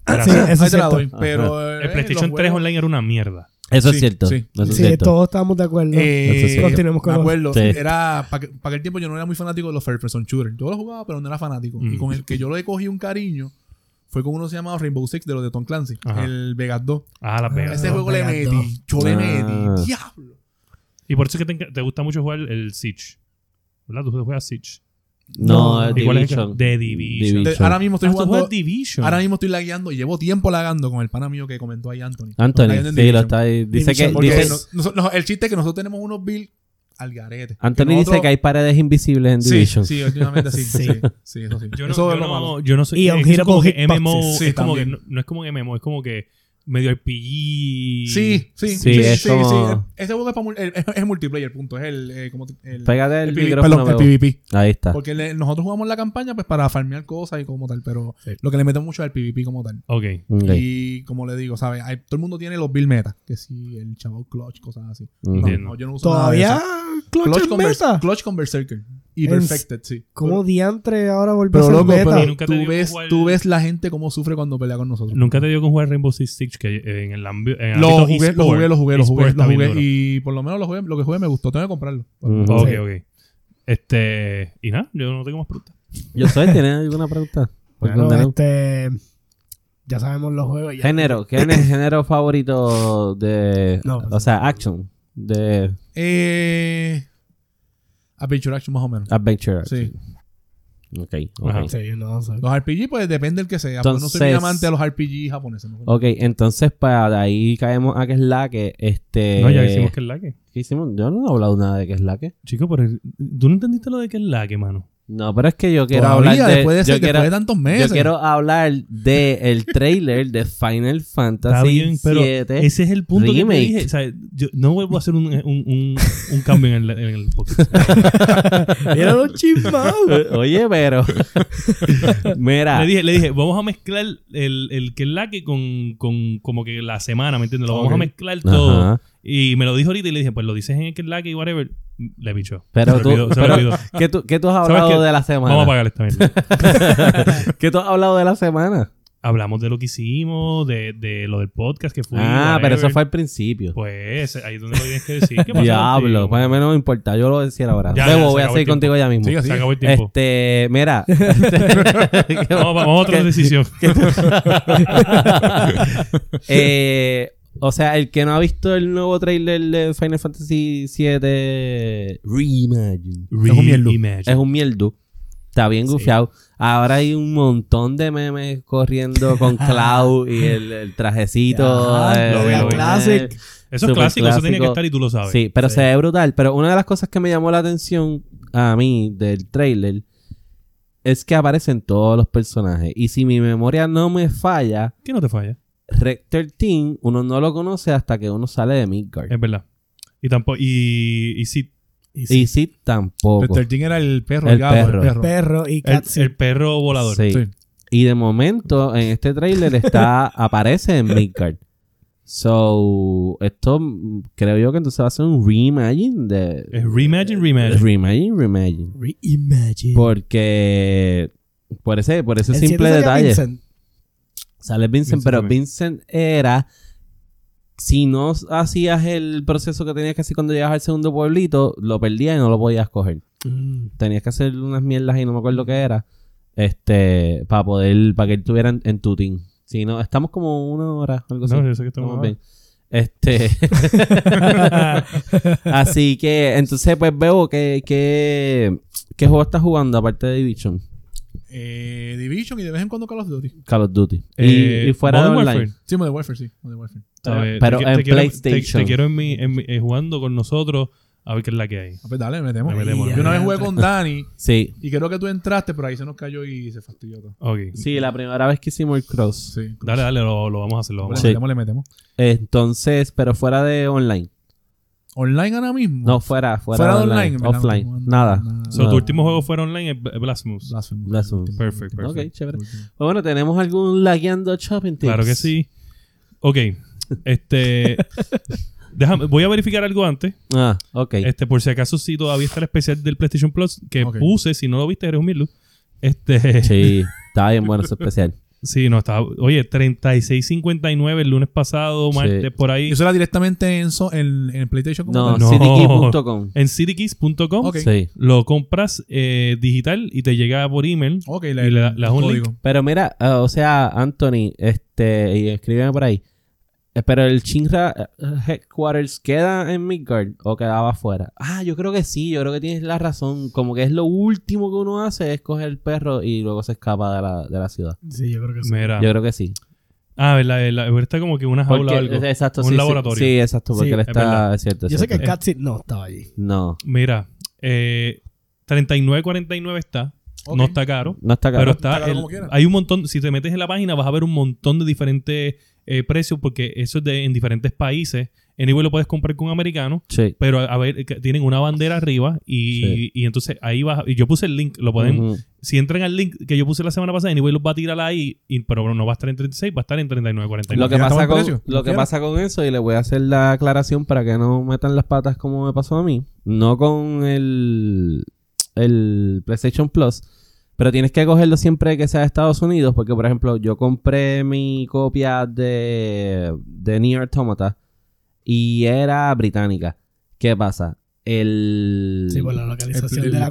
eso Gracias. es ahí te la cierto. doy. Pero, eh, El PlayStation los 3 juegos- online era una mierda. Eso es Sí, cierto. sí. Eso es Sí, cierto. todos estábamos de acuerdo. Eh, Eso sí. Continuemos con me los- acuerdo, Sí. era para aquel tiempo yo no era muy fanático de los first person shooters. Yo los jugaba, pero no era fanático. Mm. Y con el que yo le cogí un cariño fue con uno que se llamaba Rainbow Six de los de Tom Clancy, Ajá. el Vegas 2. Ah, la pega. Ese no, juego le Vegas metí, yo le Ah. metí, diablo. Y por eso es que te, enca- te gusta mucho jugar el Siege. ¿Verdad? Tú juegas Siege. No, No. es ¿Y cuál es el Division. que- de Division? De- ahora mismo estoy Ah, tú jugando, juegas Division. ahora mismo estoy lagueando y llevo tiempo lagando con el pana mío que comentó ahí Anthony. Anthony, Lagueando en sí, lo Division. está ahí. Dice Division, que. Porque dice- no- nos- nos- el chiste es que nosotros tenemos unos builds al garete. Anthony dice nosotros- que hay paredes invisibles en Sí, Division. sí, últimamente sí. Sí. sí. sí, eso sí. yo no, eso yo es lo no- malo. yo no soy. Y es un que hero es como con que hitboxes. MMO. Sí, es como que no, también. no es como en MMO, es como que medio RPG. Sí, sí, sí, Sí, sí, es sí. como- Ese juego es, pa mul- el- es, es multiplayer, punto. Es el, eh, como te- el, Pégate el el PvP, micrófono. perdón, el bebo. PvP. Ahí está. Porque le- nosotros jugamos la campaña pues para farmear cosas y como tal, pero lo que le metemos mucho es el PvP como tal. Ok. Ok. Y como le digo, ¿sabes? Hay- todo el mundo tiene los build metas, que si el chavo clutch, cosas así. Ujú. No, Entiendo. no, yo no uso nada de Todavía eso. Clutch Clutch en con, Berser- beta. clutch con Berserker y En- Perfected, sí. ¿Cómo diantre ahora volvió a Pero ser loco, beta? pero Y nunca te tú dio ves, igual- tú ves la gente cómo sufre cuando pelea con nosotros. Nunca te dio con jugar Rainbow Six Siege que eh, en el ambi- en el Lo ámbito jugué, lo eSport, jugué, lo jugué, lo eSport jugué, está lo bien jugué. duro. Y por lo menos lo, jugué, lo que jugué me gustó, tengo que comprarlo. Ujú. Ok, Sí. ok. Este. Y nada, yo no tengo más preguntas. Yo soy, ¿tienes alguna pregunta? Por Bueno, condenado. este, ya sabemos los juegos. ya. Género, ¿qué es el género favorito de. No. o sea, action. De Eh, Adventure Action más o menos. Adventure. Sí. Ok, ok. Ajá. Sí, no sé. Los RPG, pues depende del que sea. porque no soy Entonces- un amante de los RPG japoneses. ¿no? Ok, entonces para ahí caemos a que es la que. Este, No, ya hicimos que es la que. ¿qué hicimos? Yo no he hablado nada de que es la que. Chico, pero el- tú no entendiste lo de que es la que, mano. No, pero es que yo quiero Todavía, hablar de, después de ese- yo después quiero- de tantos meses. Yo quiero hablar de el trailer de Final Está Fantasy bien, pero 7. ese es el punto que Remake. te dije. O sea, yo no vuelvo a hacer un, un, un, un cambio en el, en el podcast. Mira los chismados. Eh, Oye, pero mira, Le dije, le dije, vamos a mezclar el, el que es la que con, con como que la semana, ¿me entiendes? Lo vamos Ok. a mezclar todo. Ajá. Y me lo dijo ahorita y le dije, pues lo dices en el que es la que y whatever. Le pichó. pero se tú, me olvidó, se me pero, olvidó. ¿qué tú, qué tú has ¿Sabes hablado qué? de la semana? Vamos a pagar esta mierda. ¿Qué tú has hablado de la semana? Hablamos de lo que hicimos, de, de lo del podcast que fue. ah, pero eso fue al principio. Pues ahí es donde lo tienes que decir. ¿Qué pasó Diablo, pues, contigo? para mí no me importa, yo lo voy a decir ahora. Ya, ya, Debo, se voy a seguir acabó el tiempo. contigo ya mismo. Siga, Se siga. acabó el tiempo. Este, mira. este, Vamos, vamos a otra decisión. Eh, o sea, el que no ha visto el nuevo trailer de Final Fantasy VII Reimagine un mierdo. Reimagine. es un mierdo. Está bien gufiado. Ahora hay un montón de memes corriendo con Cloud y el, el trajecito. Ya, eh, lo vi, lo vi. Classic. Eso es Súper clásico, eso tenía que clásico. estar y tú lo sabes. Sí, pero se ve brutal. Pero una de las cosas que me llamó la atención a mí del trailer es que aparecen todos los personajes. Y si mi memoria no me falla, ¿Qué no te falla? Rec 13 uno no lo conoce hasta que uno sale de Midgard. Es verdad. Y tampoco. Y, y sí, Y Sid tampoco. Mr. Jin Pues, era el perro, el, El gato, perro. el perro. Perro y el, Katsu. el perro volador. Sí. Sí. Y de momento, en este tráiler está, aparece en Midgard. So, esto mm, creo yo que entonces va a ser un reimagine de... Es reimagine, reimagine. Reimagine, reimagine. Reimagine. Porque... Por ese, por ese El siete simple sería detalle. Vincent. Sale Vincent, Vincent pero también. Vincent era... Si no hacías el proceso que tenías que hacer cuando llegabas al segundo pueblito, lo perdías y no lo podías coger. Mm. tenías que hacer unas mierdas y no me acuerdo qué era. Este, para poder, para que él estuviera en, en tu team. Si no, estamos como una hora, algo así. No, yo sé que estamos Estamos bien. Este. así que, entonces, pues veo que, que, qué juego estás jugando aparte de Division, Eh, Division y de vez en cuando Call of Duty. Call of Duty. Y- Eh, y, fuera de Modern online. Warfare. Sí, Modern Warfare, sí. Modern Warfare. A ver, Pero qui- en quiero- PlayStation. Te, quiero en mi, en mi- eh, jugando con nosotros a ver qué es la que hay. Ah, pues dale, metemos. Le metemos, le Yo una vez metemos. jugué con Dani Sí. y creo que tú entraste, pero ahí se nos cayó y se fastidió todo. Ok. Sí, la primera vez que hicimos el cross. Sí. Dale, dale, lo, lo vamos a hacer. Lo Le vamos Sí. a hacer. metemos, le metemos. Entonces, pero fuera de online. Online ahora mismo. No, fuera, fuera, Fuera de de online. online, ¿verdad? Offline. No tengo Nada. nada. So, Nada. tu último juego fue online, es B- Blasphemous. Blasphemous. Blasphemous. Perfect, perfect. Ok, chévere. Último. Pues Bueno, tenemos algún lagueando shopping tips. Claro que sí. Ok. Este. déjame, voy a verificar algo antes. Ah, ok. Este, por si acaso, si todavía está el especial del PlayStation Plus que Ok. puse, si no lo viste, eres un mirlo. Este. Sí, Sí, está bien bueno ese especial. no estaba. Oye, 36.59 el lunes pasado, martes, Sí. por ahí. ¿Y eso era directamente en, so- en, en PlayStation? como No, tal? No. citykeys.com. En citykeys.com Ok. Sí. lo compras eh, digital y te llega por email. Ok, Y le da- le das un código. Pero mira, eh, o sea, Anthony, este, y escríbeme por ahí. Eh, Pero el Shinra eh, Headquarters queda en Midgard o quedaba afuera. Ah, yo creo que sí, yo creo que tienes la razón. Como que es lo último que uno hace es coger el perro y luego se escapa de la, de la ciudad. Sí, yo creo que sí. Mira. Yo creo que sí. Ah, verdad, verdad. Está como que una jaula o Porque, algo. exacto, un sí, sí. laboratorio. Sí, exacto, porque Sí, él es está. verdad. Es cierto, es Yo sé que el cierto. Katsu no estaba allí. No, Mira, eh, 39.49 está. Ok. No está caro. no está claro. Pero Está está. caro el- como quiera. hay un montón. Si te metes en la página, vas a ver un montón de diferentes eh, precios, porque eso es de, en diferentes países. En igual lo puedes comprar con americanos. Sí. Pero a, a ver, que tienen una bandera arriba y, Sí. y entonces ahí vas. y Yo puse el link, lo pueden. Ujú. Si entran al link que yo puse la semana pasada, Anyway los va a tirar ahí, y- pero no va a estar en 36, va a estar en 39.49. Lo Como que, quiera, pasa estamos con, en precio, lo como que quiera. pasa con eso, y le voy a hacer la aclaración para que no metan las patas como me pasó a mí, no con el, el PlayStation Plus, pero tienes que cogerlo siempre que sea de Estados Unidos, porque por ejemplo yo compré mi copia de, de Near Automata y era británica. ¿Qué pasa? El... Sí, por la localización El- el de la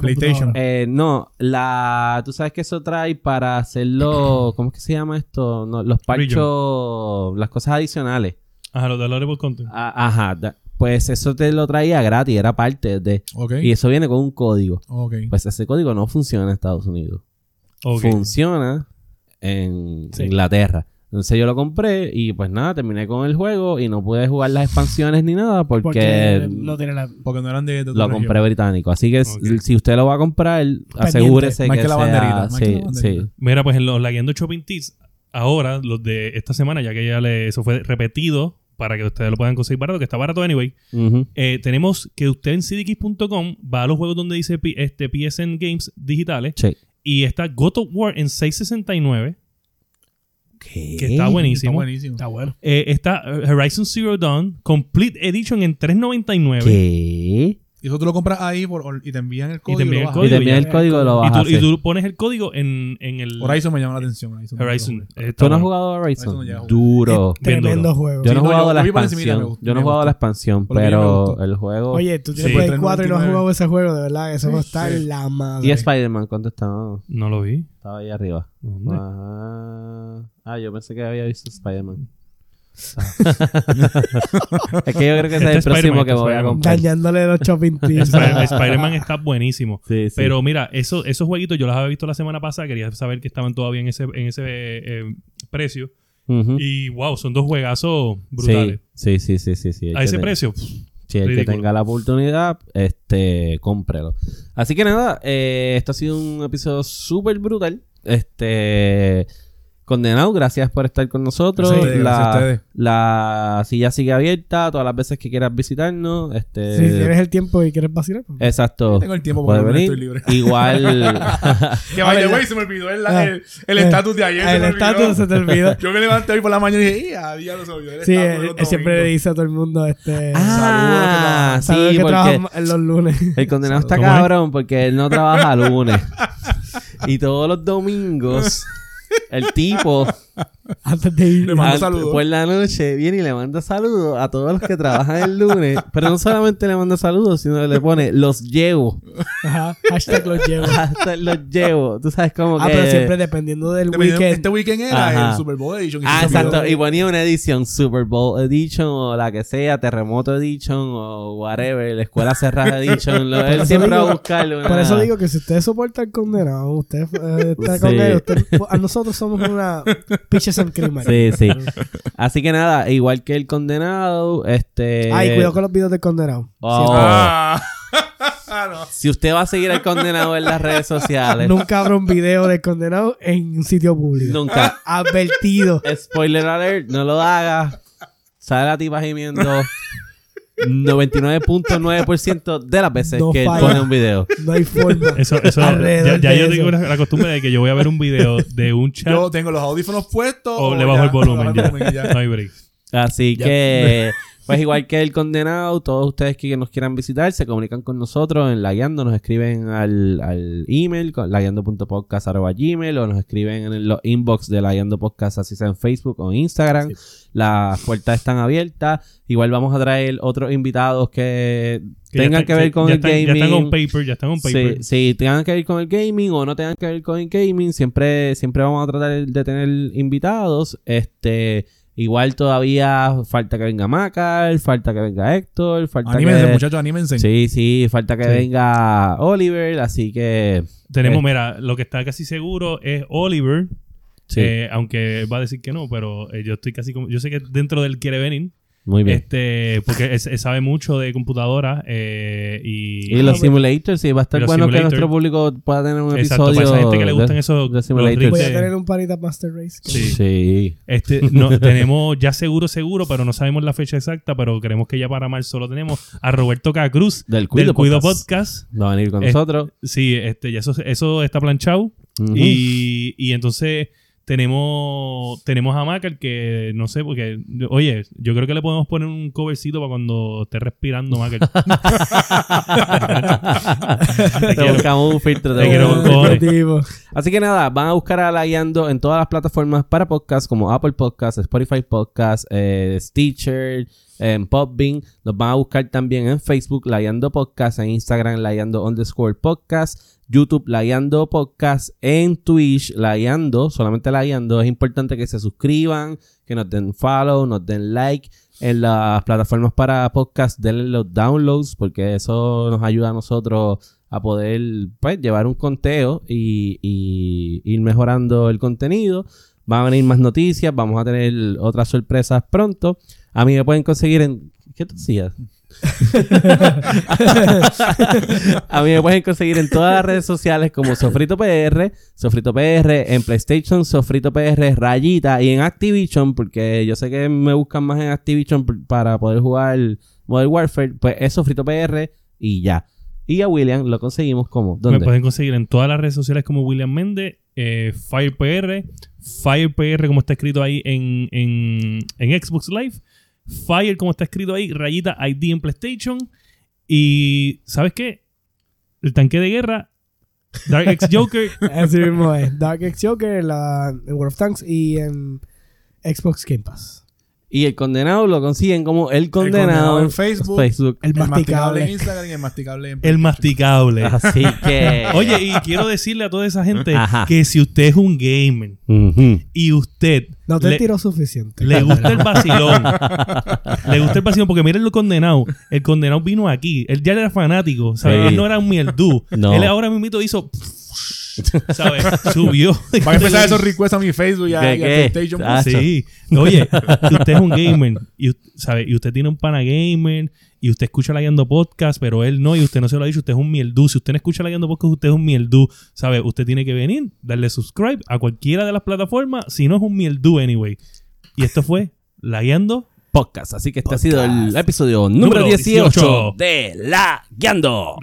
PlayStation. PlayStation. Eh, no, la. Tú sabes que eso trae para hacerlo. ¿Cómo es que se llama esto? No, los parchos. Las cosas adicionales. Ajá, los downloadable content. A- ajá. da- pues eso te lo traía gratis, era parte de. Ok. Y eso viene con un código. Ok. Pues ese código no funciona en Estados Unidos. Ok. Funciona en Sí. Inglaterra. Entonces yo lo compré y pues nada, terminé con el juego y no pude jugar las expansiones ni nada porque, Porque no tiene la. Porque no eran de, de tu lo región. compré británico. Así que s- Ok. si usted lo va a comprar, asegúrese Más que, que la sea- banderita, más que la sí, banderita. sí. Mira, pues en los Lagueando Shopping Tips, ahora, los de esta semana, ya que ya le, eso fue repetido para que ustedes lo puedan conseguir barato, que está barato anyway, Ujú. eh, tenemos que usted en cdx.com va a los juegos donde dice P- este PSN Games digitales Sí. y está God of War en 669, que está Está buenísimo. buenísimo. Está bueno. Eh, está eh, Horizon Zero Dawn Complete Edition en 399. ¿Qué? Y eso tú lo compras ahí por- y te envían el código. envían lo el bajas. Y Código también ya. el código lo Y bajas. eh. tú, y sí. tú pones el código en, en el Horizon me llama la atención. Horizon. Horizon. Eh, Está ¿Tú no has bueno. jugado a Horizon ya Horizon? jugué. Duro. Bien duro. Tremendo juego. Yo Sí, no he no, jugado yo- la yo vi por encima y me expansión. gustó, Yo no me he jugado la gustó. expansión, Por lo menos me pero gustó. el juego. Oye, tú tienes Sí. Play 4 y no has 3.99. jugado ese juego, de verdad. Ese juego está Sí. la madre. Y Spider-Man, ¿cuánto está? No, No lo vi. Estaba ahí arriba. ¿Dónde? Ajá. Ah, yo pensé que había visto Spider-Man. es que yo creo que ese Este es el próximo Spider-Man, que voy a Spider-Man. comprar. Dañándole los shopping tips. Spider- Spider-Man está buenísimo. Sí, sí. Pero mira, eso, esos jueguitos yo los había visto la semana pasada. Quería saber que estaban todavía en ese, en ese eh, eh, precio. Ujú. Y wow, son dos juegazos brutales. Sí, sí, sí, sí, sí. sí. El A que ese te- precio. Sí, el que ridículo. tenga la oportunidad, este, cómprelo. Así que nada, eh, esto ha sido un episodio súper brutal. Este, condenado, gracias por estar con nosotros. Gracias a ustedes, gracias a la, ustedes. la silla sigue abierta todas las veces que quieras visitarnos. Este, Si tienes el tiempo y quieres vacilar. pues. Exacto. Tengo el tiempo Puedes porque venir. no estoy libre. Igual. Que by the way, se me olvidó el Ah. el- eh, el estatus de ayer. se El me olvidó. estatus se te olvidó. Yo me levanté hoy por la mañana y dije, "Ya, ya lo se me olvidó el Sí, estatus él, del él otro siempre le domingo". dice a todo el mundo este ah, saludos sí, que porque trabajan en los lunes. El condenado está ¿Cómo es? cabrón porque él no trabaja lunes. y todos los domingos, el tipo Antes de ir. Le mando al- saludos. Ah, por la noche viene y le manda saludos a todos los que trabajan el lunes. Pero no solamente le manda saludos, sino que le pone los llevo. Ajá, hashtag los llevo. Hasta los llevo. Tú sabes cómo Ah, que. pero siempre dependiendo del Dependiendo- weekend. Este weekend era Ajá. el Super Bowl Edition. y Ah, se me olvidó. exacto. Y ponía una edición, Super Bowl Edition o la que sea, Terremoto Edition o whatever, la Escuela Cerrada Edition. Lo- él eso siempre va a digo- buscarle una... Por eso digo que si ustedes soportan condenado, ustedes eh, están Sí. con él, usted- a nosotros somos una pitches and cream. Sí, sí. Así que nada, igual que el condenado, este... Ay, cuidado con los videos del condenado. Oh. Ah. No. Si usted va a seguir al condenado en las redes sociales, nunca. Nunca abra un video del condenado en un sitio público. Advertido. Spoiler alert, no lo haga. Sale la tipa gimiendo 99.9% de las veces No que él falla. pone un video. No hay forma. Eso, eso- ya, Alrededor ya de yo eso. tengo la, la costumbre de que yo voy a ver un video de un chat Yo tengo los audífonos puestos. o le ya, bajo el volumen. le Ya. bajo el volumen y No hay break. Así que, pues igual que el condenado, todos ustedes que nos quieran visitar se comunican con nosotros en Lagueando, nos escriben al, al email, con- lagueando.podcast.gmail o nos escriben en los inbox de Lagueando Podcast, así sea en Facebook o en Instagram. Las puertas están abiertas. Igual vamos a traer otros invitados que, ya tengan está- que ver sí, con ya el están- gaming. Ya están on paper, ya están on Sí, paper. si tengan que ver con el gaming o no tengan que ver con el gaming, siempre, siempre vamos a tratar de tener invitados. Este, igual todavía falta que venga Macar, falta que venga Héctor, falta Anímense, que muchachos, anímense. Sí, sí, falta que Sí. venga Oliver, así que Tenemos, Eh. mira, lo que está casi seguro es Oliver, sí, eh, aunque él va a decir que no, pero eh, yo estoy casi como, yo sé que dentro del quiere venir, muy bien. este, porque él- él sabe mucho de computadora eh, y, y los simulators, sí, va a estar y los bueno que simulators. nuestro público pueda tener un Exacto, episodio. para esa gente que le de- gustan esos de los simulators. reels Voy a de- tener un panita Master Race. que- Sí. Sí. Este, no, tenemos ya seguro, seguro, pero no sabemos la fecha exacta, pero creemos que ya para marzo lo tenemos a Roberto Cacruz Del del Cuido Cuido Podcast. Podcast. Va a venir con Eh, nosotros. Sí, este, ya eso, eso está planchado. Ujú. y, y entonces tenemos, tenemos a Macar que no sé, porque, oye, yo creo que le podemos poner un covercito para cuando esté respirando Macar. Te quiero. buscamos un filtro. te Te quiero buscamos con un Ay, cojones. tipo. Así que nada, van a buscar a La Guiando en todas las plataformas para podcast como Apple Podcast, Spotify Podcast, eh, Stitcher, en Podbean. Los van a buscar también en Facebook, La Guiando Podcast, en Instagram, La Guiando underscore podcast, YouTube, La Guiando Podcast, en Twitch, La Guiando, solamente La Guiando. Es importante que se suscriban, que nos den follow, nos den like. En las plataformas para podcast, denle los downloads, porque eso nos ayuda a nosotros a poder pues, llevar un conteo y, y ir mejorando el contenido. Van a venir más noticias, vamos a tener otras sorpresas pronto. A mí me pueden conseguir en... ¿Qué tú hacías? a mí me pueden conseguir en todas las redes sociales como Sofrito PR, Sofrito PR, en PlayStation, Sofrito PR, Rayita y en Activision, porque yo sé que me buscan más en Activision p- para poder jugar Modern Warfare, pues es Sofrito PR y ya. Y a William lo conseguimos como. Me ¿Dónde? pueden conseguir en todas las redes sociales como William Méndez, eh, FirePR, FirePR como está escrito ahí en, en- en Xbox Live, Fire como está escrito ahí, rayita ID en PlayStation y ¿sabes qué? El tanque de guerra, Dark X Joker, Así mismo es. Dark X Joker la- en World of Tanks y en Xbox Game Pass. Y el condenado lo consiguen como el condenado, Condenado en en Facebook. Facebook. El El masticable masticable. en Instagram y el masticable en el masticable. Así que. Oye, y quiero decirle a toda esa gente Ajá. que si usted es un gamer Ujú. y usted No te le- tiró suficiente. Le gusta el vacilón. le gusta el vacilón porque miren lo condenado. El condenado vino aquí. Él ya era fanático. ¿sabes? Sí. Él no era un mierdú. No. Él ahora mismo hizo. ¿Sabes? Subió. Van a empezar esos requests a mi Facebook y a, ¿Qué, y a qué? PlayStation. Ah, Sí. Oye, si usted es un gamer y, u- ¿sabe? y usted tiene un pana gamer y usted escucha la guiando podcast, pero él no y usted no se lo ha dicho, usted es un mierdú. Si usted no escucha la guiando podcast, usted es un mierdú. ¿Sabe? Usted tiene que venir, darle subscribe a cualquiera de las plataformas, si no es un mierdú anyway. Y esto fue la guiando podcast. Así que este ha sido el episodio número Número 18, 18. de La Guiando.